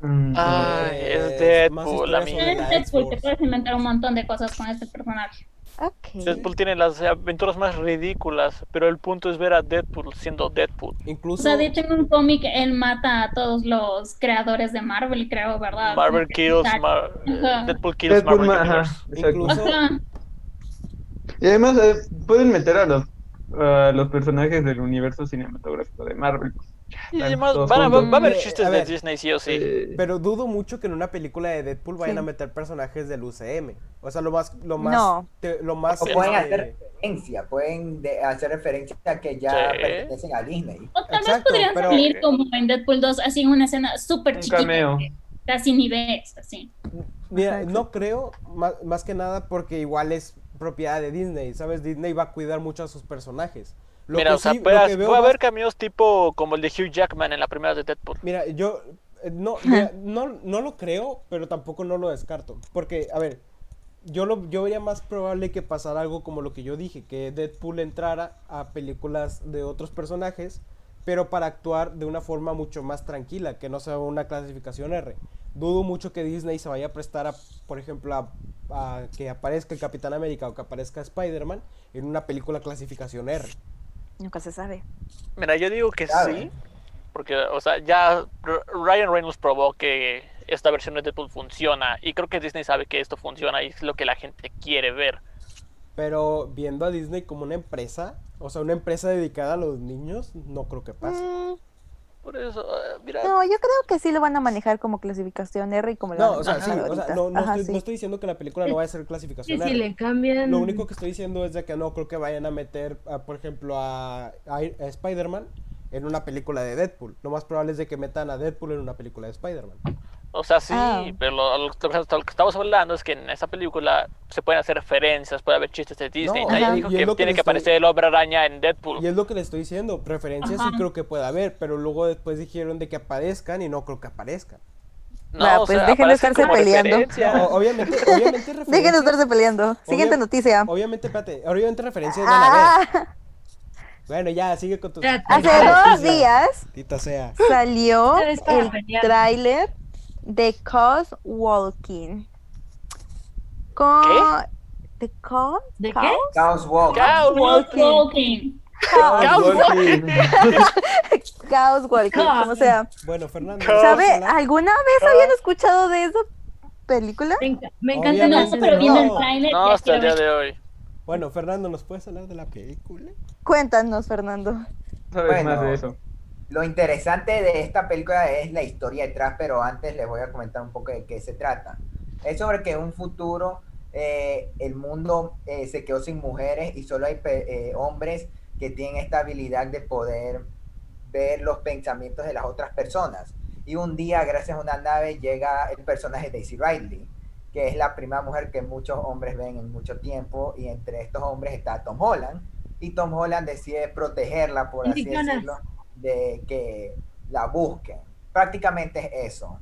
Mm, Ay, es Eh, más Deadpool, historias amigo. sobre Es la Ah, Deadpool, te Xbox. puedes inventar un montón de cosas con este personaje. Ok. Deadpool tiene las aventuras más ridículas, pero el punto es ver a Deadpool siendo Deadpool. O Incluso sea, de hecho en un cómic él mata a todos los creadores de Marvel, creo, ¿verdad? Marvel Como que kills está- Mar- Ajá. Eh, Deadpool kills Deadpool, Marvel ajá, Universe. exacto. O Incluso- sea, Y además eh, pueden meter a los, a los personajes del universo cinematográfico de Marvel. Ya, Y están además, todos van a, juntos. va a haber Eh, chistes a de ver. Disney, sí o sí. Eh, Pero dudo mucho que en una película de Deadpool vayan Sí. a meter personajes del UCM. O sea, lo más, lo más, No. te- lo más. O pueden este, hacer referencia, pueden de- hacer referencia a que ya Sí. pertenecen a Disney. O tal vez Exacto, podrían pero- salir como en Deadpool 2, así en una escena súper un chiquita, cameo. casi ni ves, así. Mira, Ajá, no creo, ma- más, que nada porque igual es propiedad de Disney, ¿sabes? Disney va a cuidar mucho a sus personajes. Lo Mira, que o sea, sí- lo puede, que veo puede más- haber cameos tipo como el de Hugh Jackman en la primera de Deadpool. Mira, yo eh, no, mira, no, no lo creo, pero tampoco no lo descarto. Porque, a ver, yo, lo, yo vería más probable que pasara algo como lo que yo dije, que Deadpool entrara a películas de otros personajes, pero para actuar de una forma mucho más tranquila, que no sea una clasificación R. Dudo mucho que Disney se vaya a prestar, a, por ejemplo, a, a que aparezca el Capitán América o que aparezca Spider-Man en una película clasificación R. Nunca se sabe. Mira, yo digo que Claro. sí, porque, o sea, ya R- Ryan Reynolds probó que esta versión de Deadpool funciona y creo que Disney sabe que esto funciona y es lo que la gente quiere ver. Pero viendo a Disney como una empresa, o sea, una empresa dedicada a los niños, no creo que pase. Mm, Por eso, eh, mira, no, yo creo que sí lo van a manejar como clasificación R y como lo No, van a o sea, sí, manejar o sea, ahorita. no, no Ajá, estoy, sí. no estoy diciendo que la película no vaya a ser Sí, clasificación si R. le cambian. Lo único que estoy diciendo es de que no creo que vayan a meter, a, por ejemplo, a, a Ir- a Spider-Man en una película de Deadpool. Lo más probable es de que metan a Deadpool en una película de Spider-Man. o sea, sí, Ah. pero lo, lo que lo que estamos hablando es que en esta película se pueden hacer referencias, puede haber chistes de Disney. No, Nadie ajá. dijo y es que lo que tiene le que estoy- aparecer el hombre araña en Deadpool. Y es lo que le estoy diciendo, preferencias sí Ajá. creo que puede haber, pero luego después dijeron de que aparezcan y no creo que aparezcan. No, Va, o pues sea, dejen de aparece estarse como peleando. referencia. O- obviamente, obviamente Dejen de referencias, estarse peleando. Siguiente Obvio- noticia. obviamente, espérate, obviamente referencias van a haber. Ah, Bueno, ya, sigue con tus. Espérate. hace Noticia. dos días Tita sea. salió Ustedes estaban el peleando. tráiler de Cause Walking. Con... ¿De Cause? ¿De Cause? Chaos oh. Walk. Cow Walking. Walking. Cause, Cow Walking. Cause Walking, como sea. Bueno, Fernando. Cause. ¿Sabe? Ojalá. ¿Alguna vez habían escuchado de esa película? Me, enca- me Obviamente encanta No, la pero viendo el No. trailer, No, ya hasta el quiero día ver. de hoy. Bueno, Fernando, ¿nos puedes hablar de la película? Cuéntanos, Fernando. ¿Sabes más Bueno. de eso? Lo interesante de esta película es la historia detrás, pero antes les voy a comentar un poco de qué se trata. Es sobre que en un futuro eh, el mundo eh, se quedó sin mujeres y solo hay pe- eh, hombres que tienen esta habilidad de poder ver los pensamientos de las otras personas. Y un día, gracias a una nave, llega el personaje Daisy Ridley, que es la primera mujer que muchos hombres ven en mucho tiempo, y entre estos hombres está Tom Holland, y Tom Holland decide protegerla, por así Indicanas. decirlo, de que la busquen. Prácticamente es eso.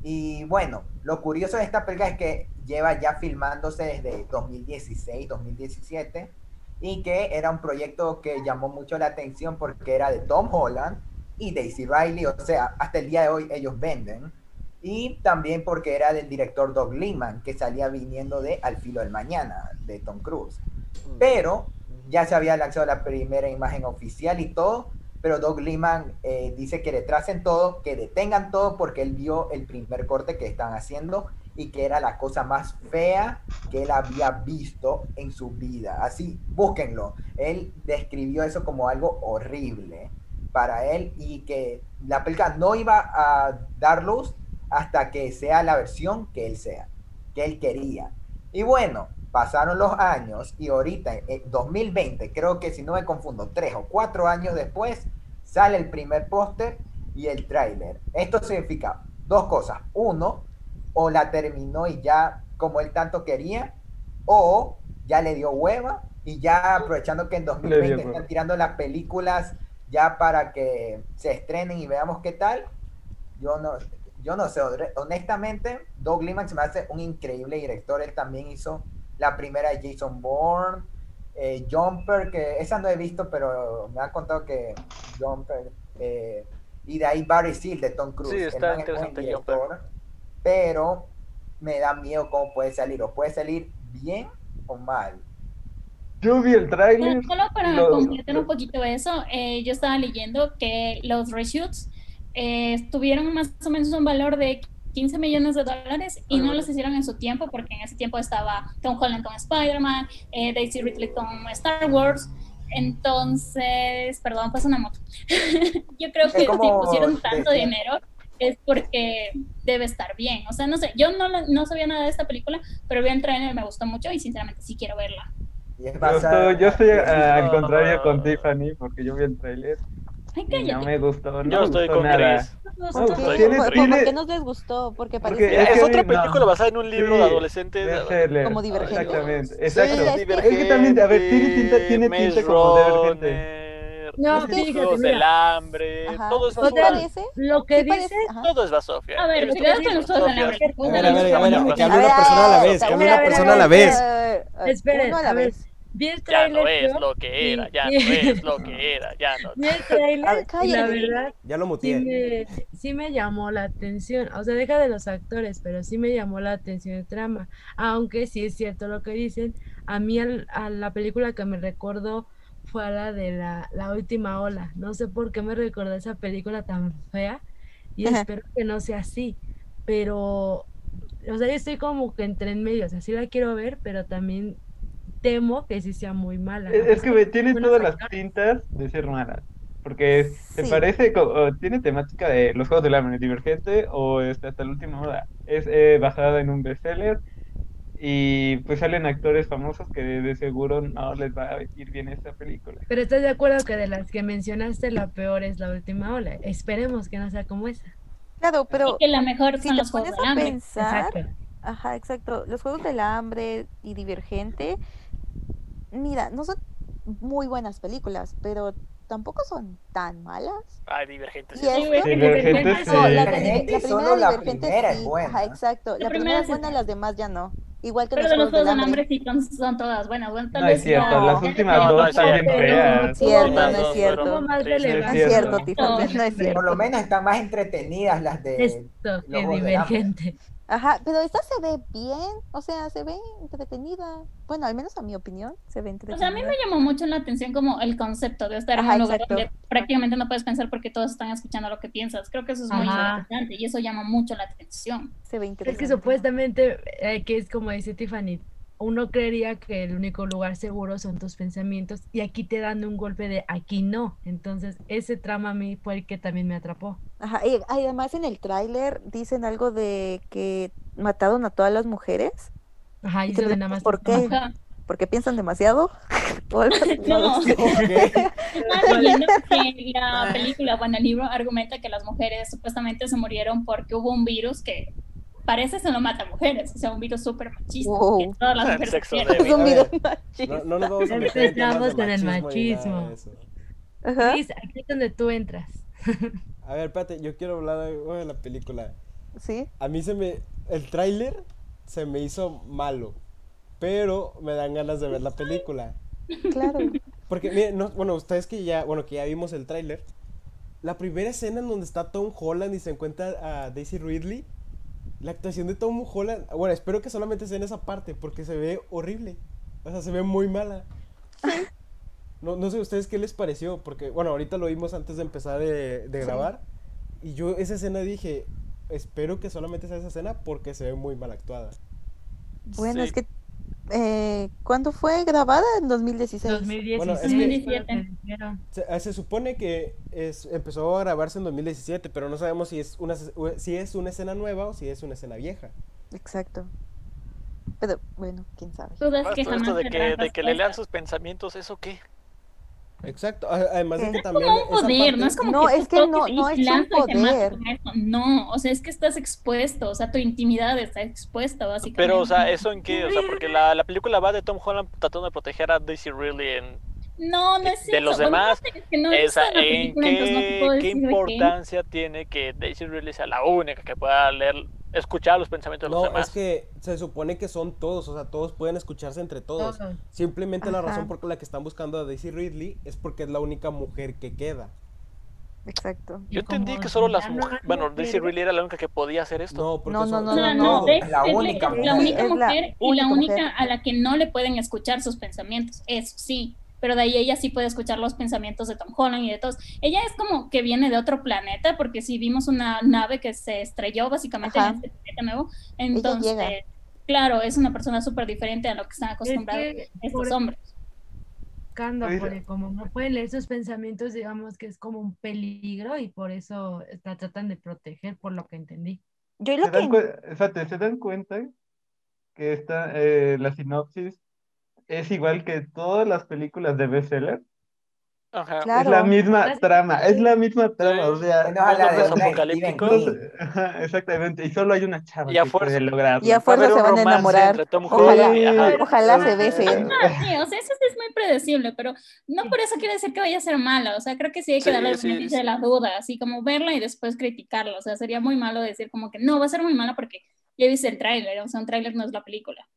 Y bueno, lo curioso de esta película es que lleva ya filmándose desde 2016, 2017, y que era un proyecto que llamó mucho la atención porque era de Tom Holland y Daisy Riley, o sea, hasta el día de hoy ellos venden, y también porque era del director Doug Liman, que salía viniendo de Al filo del mañana, de Tom Cruise. Mm. Pero ya se había lanzado la primera imagen oficial y todo, pero Doug Liman eh, dice que retrasen todo, que detengan todo, porque él vio el primer corte que están haciendo y que era la cosa más fea que él había visto en su vida. Así, búsquenlo. Él describió eso como algo horrible para él y que la película no iba a dar luz hasta que sea la versión que él sea, que él quería. Y bueno, pasaron los años y ahorita, eh, en 2020, creo que si no me confundo, tres o cuatro años después, sale el primer póster y el tráiler. Esto significa dos cosas. Uno, o la terminó y ya como él tanto quería, o ya le dio hueva y ya aprovechando que en Le dio 2020 hueva. están tirando las películas ya para que se estrenen y veamos qué tal, yo no, yo no sé, honre- honestamente, Doug Liman se me hace un increíble director. Él también hizo la primera de Jason Bourne, eh, Jumper, que esa no he visto, pero me han contado que Jumper. eh, y de ahí Barry Seal de Tom Cruise. Sí, El está man es buen interesante director, Jumper. Pero me da miedo cómo puede salir. O puede salir bien o mal. Yo vi el tráiler. Solo para Lo- completar lo- un poquito eso, eh, yo estaba leyendo que los reshoots eh, tuvieron más o menos un valor de 15 millones de dólares y Ay, no bueno. los hicieron en su tiempo porque en ese tiempo estaba Tom Holland con Spider-Man, eh, Daisy Ridley con Star Wars. Entonces, perdón, pasa una moto. Yo creo Es que si como pusieron tanto decía- dinero es porque debe estar bien. O sea, no sé, yo no, la- no sabía nada de esta película, pero vi el trailer, me gustó mucho y sinceramente sí quiero verla. Y es Yo basada- estoy, yo estoy ah, al No. contrario con Tiffany porque yo vi el trailer y Ay, no cállate. me gustó. No Yo me estoy gustó con nada. Chris. ¿Por Bueno, qué? pues, tiene- ¿Por- tiene- ¿Por qué nos les gustó? Porque Porque parecía... Es, que- otra no. película basada en un libro Sí, de adolescentes. Deja de leer. Como Divergente. Exactamente, Sí, exacto. es que- Es que también, a ver, tiene tinta- tiene Maze tinta como Divergente. Runner, No, Los fíjate, Juegos mira. del hambre, Ajá. todo es ¿Sí basura. basura. parece? Lo que ¿Sí dice parece? Ajá. Todo es basofia. A ver, Es cuidado con basofia, los ojos de la basofia. A ver, a verdad. ver, a ver, Bueno, que hable una persona a la vez, que hable una persona a la vez. Esperen, eh, Uno a la a ver. vez. Vi el Ya trailer. no es lo que era, ya no es lo que era, ya no. Vi el trailer. A ver, y la cállate. verdad, Ya lo sí muteé. me, sí me llamó la atención. O sea, deja de los actores, pero sí me llamó la atención el trama. Aunque sí es cierto lo que dicen, a mí al- a la película que me recordó fue a la de la, la última ola. No sé por qué me recordó esa película tan fea y Ajá. espero que no sea así. Pero, o sea, yo estoy como que entre en medio. O sea, sí la quiero ver, pero también temo que sí sea muy mala. Es, es que ve, tiene Buenos todas las actores. tintas de ser malas. Porque es- se Sí. parece, co- o tiene temática de los juegos del hambre, divergente o este, hasta la última hora. Es eh, basada en un bestseller y pues salen actores famosos que de, de seguro no les va a ir bien esta película. Pero estás de acuerdo que de las que mencionaste, la peor es la última ola. Esperemos que no sea como esa. Claro, Y pero que la mejor si son te los juegos pones del a hambre. pensar, Exacto. ajá, exacto, los juegos del hambre y Divergente, mira, no son muy buenas películas, pero tampoco son tan malas. Ay, divergente. Y es- güey, Divergente Divergente, No, la, sí. de- Divergente, la solo primera de la Divergente primera es sí, buena. ajá, exacto, la La primera primera es sí. buena, las demás ya no. Igual que Pero de los juegos del del hambre sí son, son todas buenas. Bueno, tal No es vez cierto, la- las últimas No, no dos es están bien cierto. feas. No, Cierto, Últimas no es dos cierto. fueron Más tristes. relevante. No Sí, es cierto, no. Tiffany, no es Por cierto. lo menos están más entretenidas las de... Esto, Los que Juegos del Hambre. divergente. Ajá, pero esta se ve bien, o sea, se ve entretenida. Bueno, al menos a mi opinión, se ve O entretenida. sea, a mí me llamó mucho la atención como el concepto de estar en Ajá, un lugar exacto. donde prácticamente no puedes pensar porque todos están escuchando lo que piensas. Creo que eso es muy Ajá. importante y eso llama mucho la atención. Se ve Es interesante. que supuestamente, eh, que es como dice Tiffany, uno creería que el único lugar seguro son tus pensamientos y aquí te dan un golpe de aquí no. Entonces, ese trama a mí fue el que también me atrapó. Ajá, y y además en el tráiler dicen algo de que mataron a todas las mujeres Ajá, y te eso de nada preguntas más. por qué. Ajá. porque piensan demasiado. O algo así, No, lo sé. Ok. más lindo que la película, bueno, el libro argumenta que las mujeres supuestamente se murieron porque hubo un virus que parece se lo mata a mujeres, o sea, un virus súper machista. Wow. Que todas las El mujeres sexo sufrieron. Es un A video ver, No, machista. no nos vamos a meter en temas Empezamos de con el machismo ni nada de machismo. eso. Ajá. Luis, aquí es donde tú entras. A ver, espérate, yo quiero hablar algo de la película. Sí. A mí se me. El tráiler se me hizo malo. Pero me dan ganas de ver la película. Claro. Porque, miren, no- bueno, ustedes que ya, bueno, que ya vimos el tráiler. La primera escena en donde está Tom Holland y se encuentra a Daisy Ridley. La actuación de Tom Holland. Bueno, espero que solamente sea en esa parte, porque se ve horrible. O sea, se ve muy mala. No, no sé ustedes qué les pareció, porque, bueno, ahorita lo vimos antes de empezar de, de grabar. Y yo esa escena dije, espero que solamente sea esa escena porque se ve muy mal actuada. Bueno, Sí. es que. Eh, ¿Cuándo fue grabada? En 2016. 2016. Bueno, es que- 2017. Se, ah, se supone que es, empezó a grabarse en 2017, pero no sabemos si es, una, se- u- si es una escena nueva o si es una escena vieja. Exacto. Pero bueno, quién sabe. Dudas que Esto, jamás Ah, esto de, que, tendrán de que le lean respuesta. sus pensamientos, ¿eso qué? Exacto. a- Además de Sí. que Es también... como un esa poder, parte- no es como No, que tú es que no- toques y no es un lanzas y te matas poder. con eso. No, o sea, es que estás expuesto, o sea, tu intimidad está expuesta, básicamente. Pero, o sea, ¿eso en qué? O sea, porque la, la película va de Tom Holland tratando de proteger a Daisy Ridley en... eh, no, no es de los eso. Bueno, demás, no sé, es que no he visto Esa, la ¿En película, entonces no te qué, puedo qué decir de qué. importancia tiene que Daisy Ridley sea la única que pueda leer, escuchar los pensamientos de los No, demás? es que se supone que son todos, o sea, todos pueden escucharse entre todos. Todos. Simplemente la Ajá. razón por la que están buscando a Daisy Ridley es porque es la única mujer que queda. Exacto. Yo entendí que solo las mujeres... Bueno, Daisy Ridley Ridley era la única que podía hacer esto. No, porque No, no, son, no, No, no, son no, todos. Daisy La Ridley única es la mujer. única Es la mujer y la única única mujer. a la que no le pueden escuchar sus pensamientos, eso sí. pero de ahí ella sí puede escuchar los pensamientos de Tom Holland y de todos. Ella es como que viene de otro planeta, porque si vimos una nave que se estrelló básicamente Ajá. en este planeta nuevo, entonces, llega. claro, es una persona súper diferente a lo que están acostumbrados que estos por- hombres. buscando, Oye. porque como no pueden leer sus pensamientos, digamos que es como un peligro y por eso la tratan de proteger, por lo que entendí. Yo y ¿Se lo que dan, cu- espérate, ¿se dan cuenta que esta, eh, la sinopsis es igual que todas las películas de bestseller? Ajá. Claro. Es la misma Las- trama, es la misma trama, o Que sea, no habla Los de hombres Blade, Steven apocalípticos. King. Ajá, exactamente, y solo hay una chava Y que a fuerza- puede lograrlo. y a Va haber fuerza un se van a romance enamorar. entre Tom Ojalá. Holland y- ajá. Ojalá se besen. Ah, Sí, o sea, eso sí es muy predecible, pero no por eso quiere decir que vaya a ser mala, o sea, creo que sí hay que Sí, darle el sí, beneficio sí. de la duda, así como verla y después criticarla, o sea, sería muy malo decir como que no, va a ser muy mala porque ya viste el tráiler, o sea, un tráiler no es la película.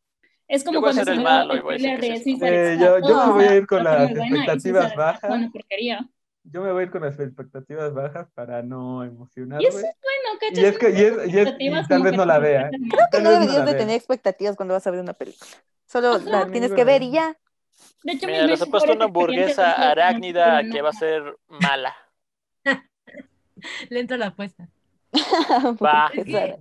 Es como Yo voy a cuando ser el salió malo y voy a decir tráiler que de es esto. Sister Eh, Act, yo- o yo me sea, voy a ir con va a ser las muy buena y sí se expectativas va a hacer bajas. Una porquería. Yo me voy a ir con las expectativas bajas para no Y eso es emocionarme. bueno, Y es que y es- y es- y expectativas tal como vez que no la te vea. ¿eh? afectan más. Creo que Tal no vez no deberías la de veo. tener expectativas cuando vas a ver una película. Solo la tienes que Ninguna. ver y ya. De hecho, Mira, les he puesto una hamburguesa arácnida que va a ser mala. Le entra la apuesta. Va. Es que,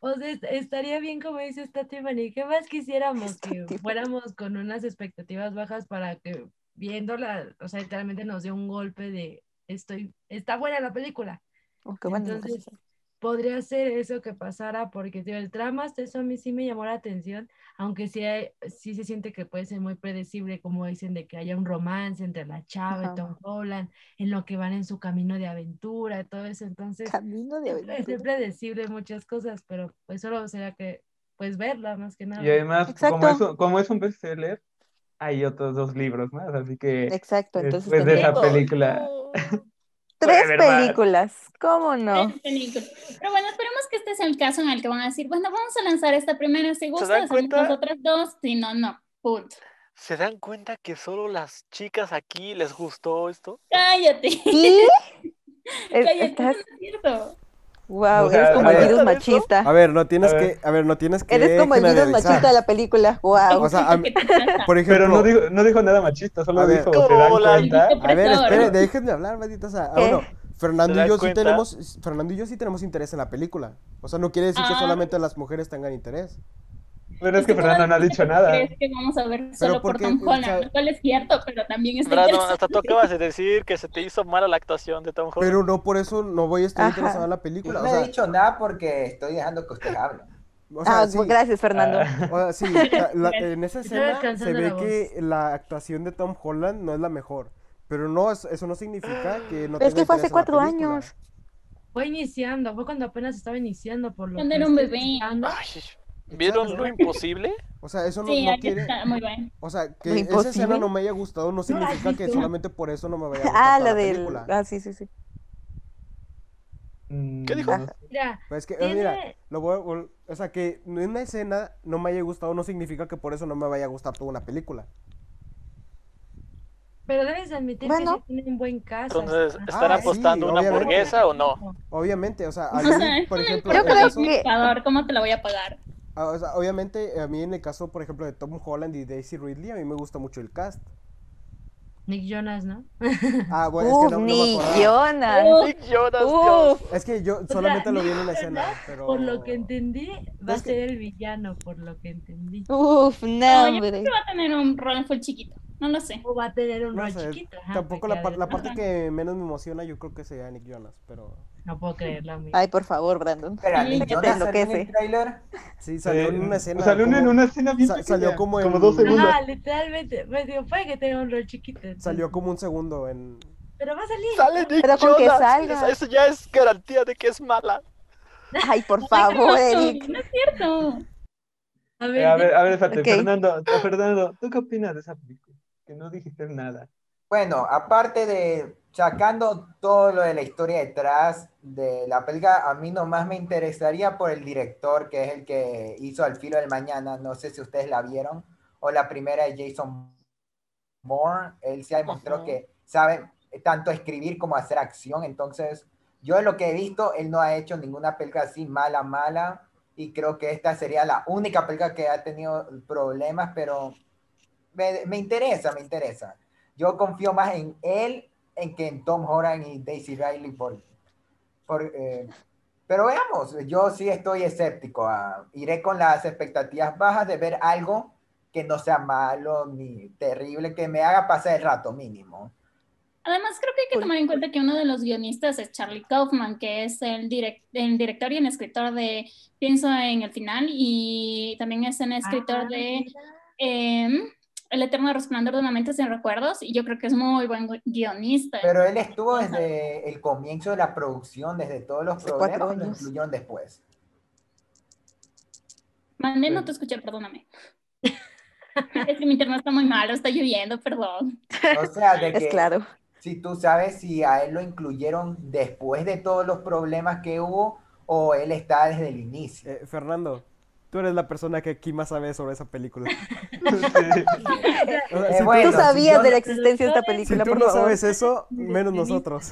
o sea, est- estaría bien como dice esta Tiffany, ¿qué más quisiéramos Esta que Tiffany. fuéramos con unas expectativas bajas para que viéndola, o sea, literalmente nos dé un golpe de estoy, está buena la película? Aunque bueno, nunca se Entonces, sabe. podría ser eso que pasara porque tío, el trama, hasta eso a mí sí me llamó la atención, aunque sí, hay- sí se siente que puede ser muy predecible, como dicen, de que haya un romance entre la chava Ajá. y Tom Holland, en lo que van en su camino de aventura, todo eso, entonces camino de es- es aventura. predecible muchas cosas, pero pues solo sería que, pues verla más que nada. Y además, como es, Exacto. un, como es un bestseller, hay otros dos libros más, así que Exacto, entonces después de esa tendríamos película. tres puede haber más. películas. ¿Cómo no? Pero bueno, esperemos que este es el caso en el que van a decir, bueno, vamos a lanzar esta primera, si gusta, dan hacemos cuenta? las otras dos, si no, no, punto. ¿Se dan cuenta que solo las chicas aquí les gustó esto? Cállate. ¿Y? Es- Cállate, estás, eso no es cierto. wow, O sea, eres como el a ver. virus machista. A ver, no tienes A ver. que, a ver, no tienes que Eres como el virus generalizar. machista de la película. Wow. O sea, a- ¿Qué te pasa? por ejemplo, Pero no dijo, no dijo nada machista, solo A ver. dijo, ¿se dan ¿Cómo la- cuenta? A ver, Opresor. espere, déjenme hablar, maldita sea. Ah, ¿Qué? bueno, Fernando ¿Te y das yo cuenta? sí tenemos, Fernando y yo sí tenemos interés en la película. O sea, no quiere decir que Ah. solamente las mujeres tengan interés. Pero es que Fernando no ha todavía dicho nada. crees que vamos a ver solo por porque, Tom o Holland, sea- lo cual es cierto, pero también está Brandon, interesante. hasta tú acabas de decir que se te hizo mala la actuación de Tom Holland. Pero no por eso no voy a estar Ajá. interesado en la Yo película. no O sea, he dicho nada porque estoy dejando que usted hable. o sea, Ah, sí, gracias, Fernando. Ah, o sea, sí, la- la- en esa Estoy escena descansando se ve la que la actuación de Tom Holland no es la mejor. Pero no, eso, eso no significa que no Pero es tenga que fue hace interés en la cuatro película. años. Fue iniciando, fue cuando apenas estaba iniciando por lo Cuando que era un estoy bebé. escuchando. Ah. Ay, ¿Vieron lo imposible? O sea, eso no, Sí, no aquí quiere. está, muy bien. O sea, que ¿Lo esa escena imposible? no me haya gustado no la has significa que visto? solamente por eso no me vaya a gustar Ah, toda la la del. película. Ah, sí, sí, sí. mm, ¿Qué dijo? no sé. Mira, Pues que, tiene- mira, lo voy a vol- o sea, que en una escena no me haya gustado no significa que por eso no me vaya a gustar toda una película. pero debes admitir Bueno. que sí tiene un buen caso. Entonces, hasta- ¿están Ah, sí, apostando una obviamente. hamburguesa o no? Obviamente, o sea, a O mí, sea, es por una ejemplo, Yo en empresa creo el caso- de que- computador, ¿cómo te la voy a pagar? ah, o sea, obviamente a mí en el caso, por ejemplo, de Tom Holland y Daisy Ridley, a mí me gusta mucho el cast. Nick Jonas, ¿no? Ah, bueno, es Uf, que no, no me Uh, ni acordaba. Jonas. Uf, Nick Jonas, Dios. Uf. Es que yo solamente lo vi en una escena, pero... Por lo que entendí, va a Es que- ser el villano, por lo que entendí. Uf, no, No, yo creo hombre. que va a tener un rol full chiquito. No lo sé. O va a tener un No rol sé, chiquito. ajá, Tampoco porque la, par- la además- parte que menos me emociona yo creo que sería Nick Jonas, pero... No puedo creerlo, amigo. Ay, por favor, Brandon. Pero a Sí, mí que te yo no salí en enloquece. el trailer. Sí, salió en una Eh, escena. Salió en como- una escena bien sa- pequeña, salió como en- dos segundos. Ajá, literalmente. Pues digo, puede que tenga un rol chiquito. entonces- Salió como un segundo en... Pero va a salir. Sale Nick Pero con que Jonas. salga. Eso ya es garantía de que es mala. Ay, por favor, Ay, no, Eric. No es cierto. A Eh, a ver, a ver, espérate, Ok. Fernando, Fernando, ¿tú qué opinas de esa película? Que no dijiste nada. Bueno, aparte de sacando todo lo de la historia detrás de la película, a mí nomás me interesaría por el director, que es el que hizo Al filo del mañana, no sé si ustedes la vieron, o la primera de Jason Bourne, él se ha demostrado Ajá. que sabe tanto escribir como hacer acción, entonces yo de lo que he visto, él no ha hecho ninguna película así mala, mala, y creo que esta sería la única película que ha tenido problemas, pero me, me interesa, me interesa. Yo confío más en él en que en Tom Horan y Daisy Riley por, por, eh, pero veamos, yo sí estoy escéptico. ah, iré con las expectativas bajas de ver algo que no sea malo ni terrible, que me haga pasar el rato mínimo. Además, creo que hay que tomar en cuenta que uno de los guionistas es Charlie Kaufman, que es el, direc- el director y el escritor de Pienso en el final y también es el escritor Ah, de em, El eterno resplandor de una mente sin recuerdos y yo creo que es muy buen gu- guionista. Pero él estuvo desde el comienzo de la producción, desde todos los Hace cuatro problemas, lo años. incluyeron después. Mandé, no te escuché, perdóname. es que mi internet está muy malo, está lloviendo, perdón. O sea, de Es que claro. si tú sabes si a él lo incluyeron después de todos los problemas que hubo o él está desde el inicio. Eh, Fernando, tú eres la persona que aquí más sabe sobre esa película. Este, O sea, Eh, si tú- bueno, Tú sabías yo- de la existencia de esta si película, tú por no favor. sabes eso, menos nosotros.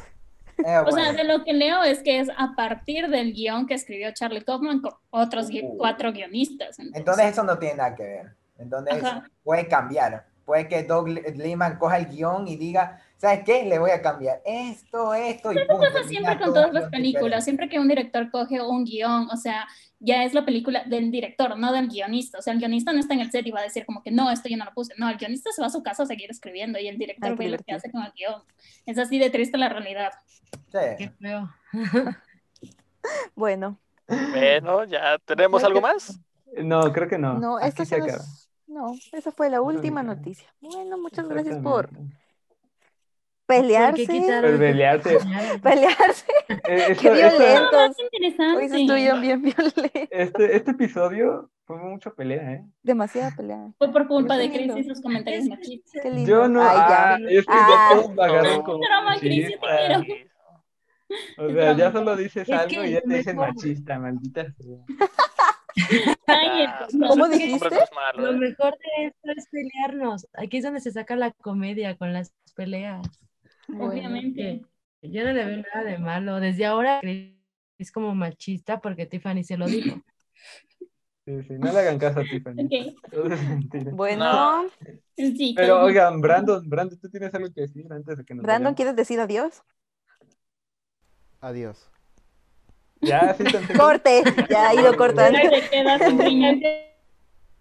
Eh, O sea, bueno. de lo que leo es que es a partir del guión que escribió Charlie Kaufman con otros gui- Uh. cuatro guionistas. Entonces eso no tiene nada que ver. Entonces Ajá. puede cambiar. Puede que Doug Li- Liman coja el guión y diga, ¿sabes qué? Le voy a cambiar esto, esto y punto. pasa Y siempre ya con todos todas son las películas, siempre que un director coge un guión, o sea, ya es la película del director, no del guionista. O sea, el guionista no está en el set y va a decir como que no, esto yo no lo puse. No, el guionista se va a su casa a seguir escribiendo y el Ay, director qué ve lo que divertido. hace con el guión. Es así de triste la realidad. diferentes. Qué Sí. feo. Bueno, Bueno, ya tenemos algo más. No, creo que no. no, Ah, Aquí esta se se acaba. nos... No, esa fue la Esa es última la- noticia. Bueno, muchas gracias por Exactamente. ¿Por qué pelearse. quitaron? Por pelearte. Pelearse. Eh, Qué esta- esta- violento. Más Entonces, Ah, Hoy se estuvieron interesante. bien violentos. este, este episodio fue mucha pelea, ¿eh? Demasiada pelea. Fue por culpa de Tremendo. Chris y sus comentarios machistas. Qué lindo. Yo no. Ay, ya. ah, es que Ah. ya todos me agarran como Broma, Cris, yo te machista. quiero. ah, O sea, ya Broma. solo dices Es algo que y ya te me dicen pongo- machista, maldita sea. Cállate. ¿Cómo No, dijiste? Lo mejor de esto es pelearnos. Aquí es donde se saca la comedia con las peleas. Bueno. Obviamente. Yo no le veo nada de malo. Desde ahora Chris es como machista porque Tiffany se lo dijo. Sí, sí, no le hagan caso a Tiffany. Ok, Todo es mentira. Bueno, sí, Pero todo bien. oigan, Brandon, Brandon, tú tienes algo que decir antes de que nos Brandon, vayamos? ¿quieres decir adiós? Adiós. Ya, sí, tan sencillo. Corte. Ya ahí lo cortan. Ahí te quedas sin riñón.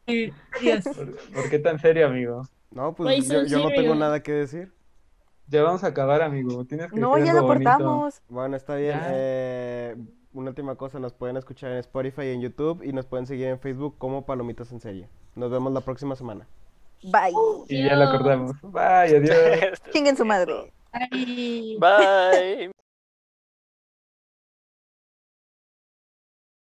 Y- Dios. ¿Por, por qué tan serio, amigo? No, Oye, pues yo, son yo no tengo serios. nada que decir. Ya vamos a acabar, amigo. Tienes que No, decir ya algo lo bonito. cortamos. Bueno, está bien. Ya. eh, una última cosa, nos pueden escuchar en Spotify y en YouTube y nos pueden seguir en Facebook como Palomitas en Serie. Nos vemos la próxima semana. Bye. Y ya lo acordamos. Bye, adiós. Chinguen su madre. Bye.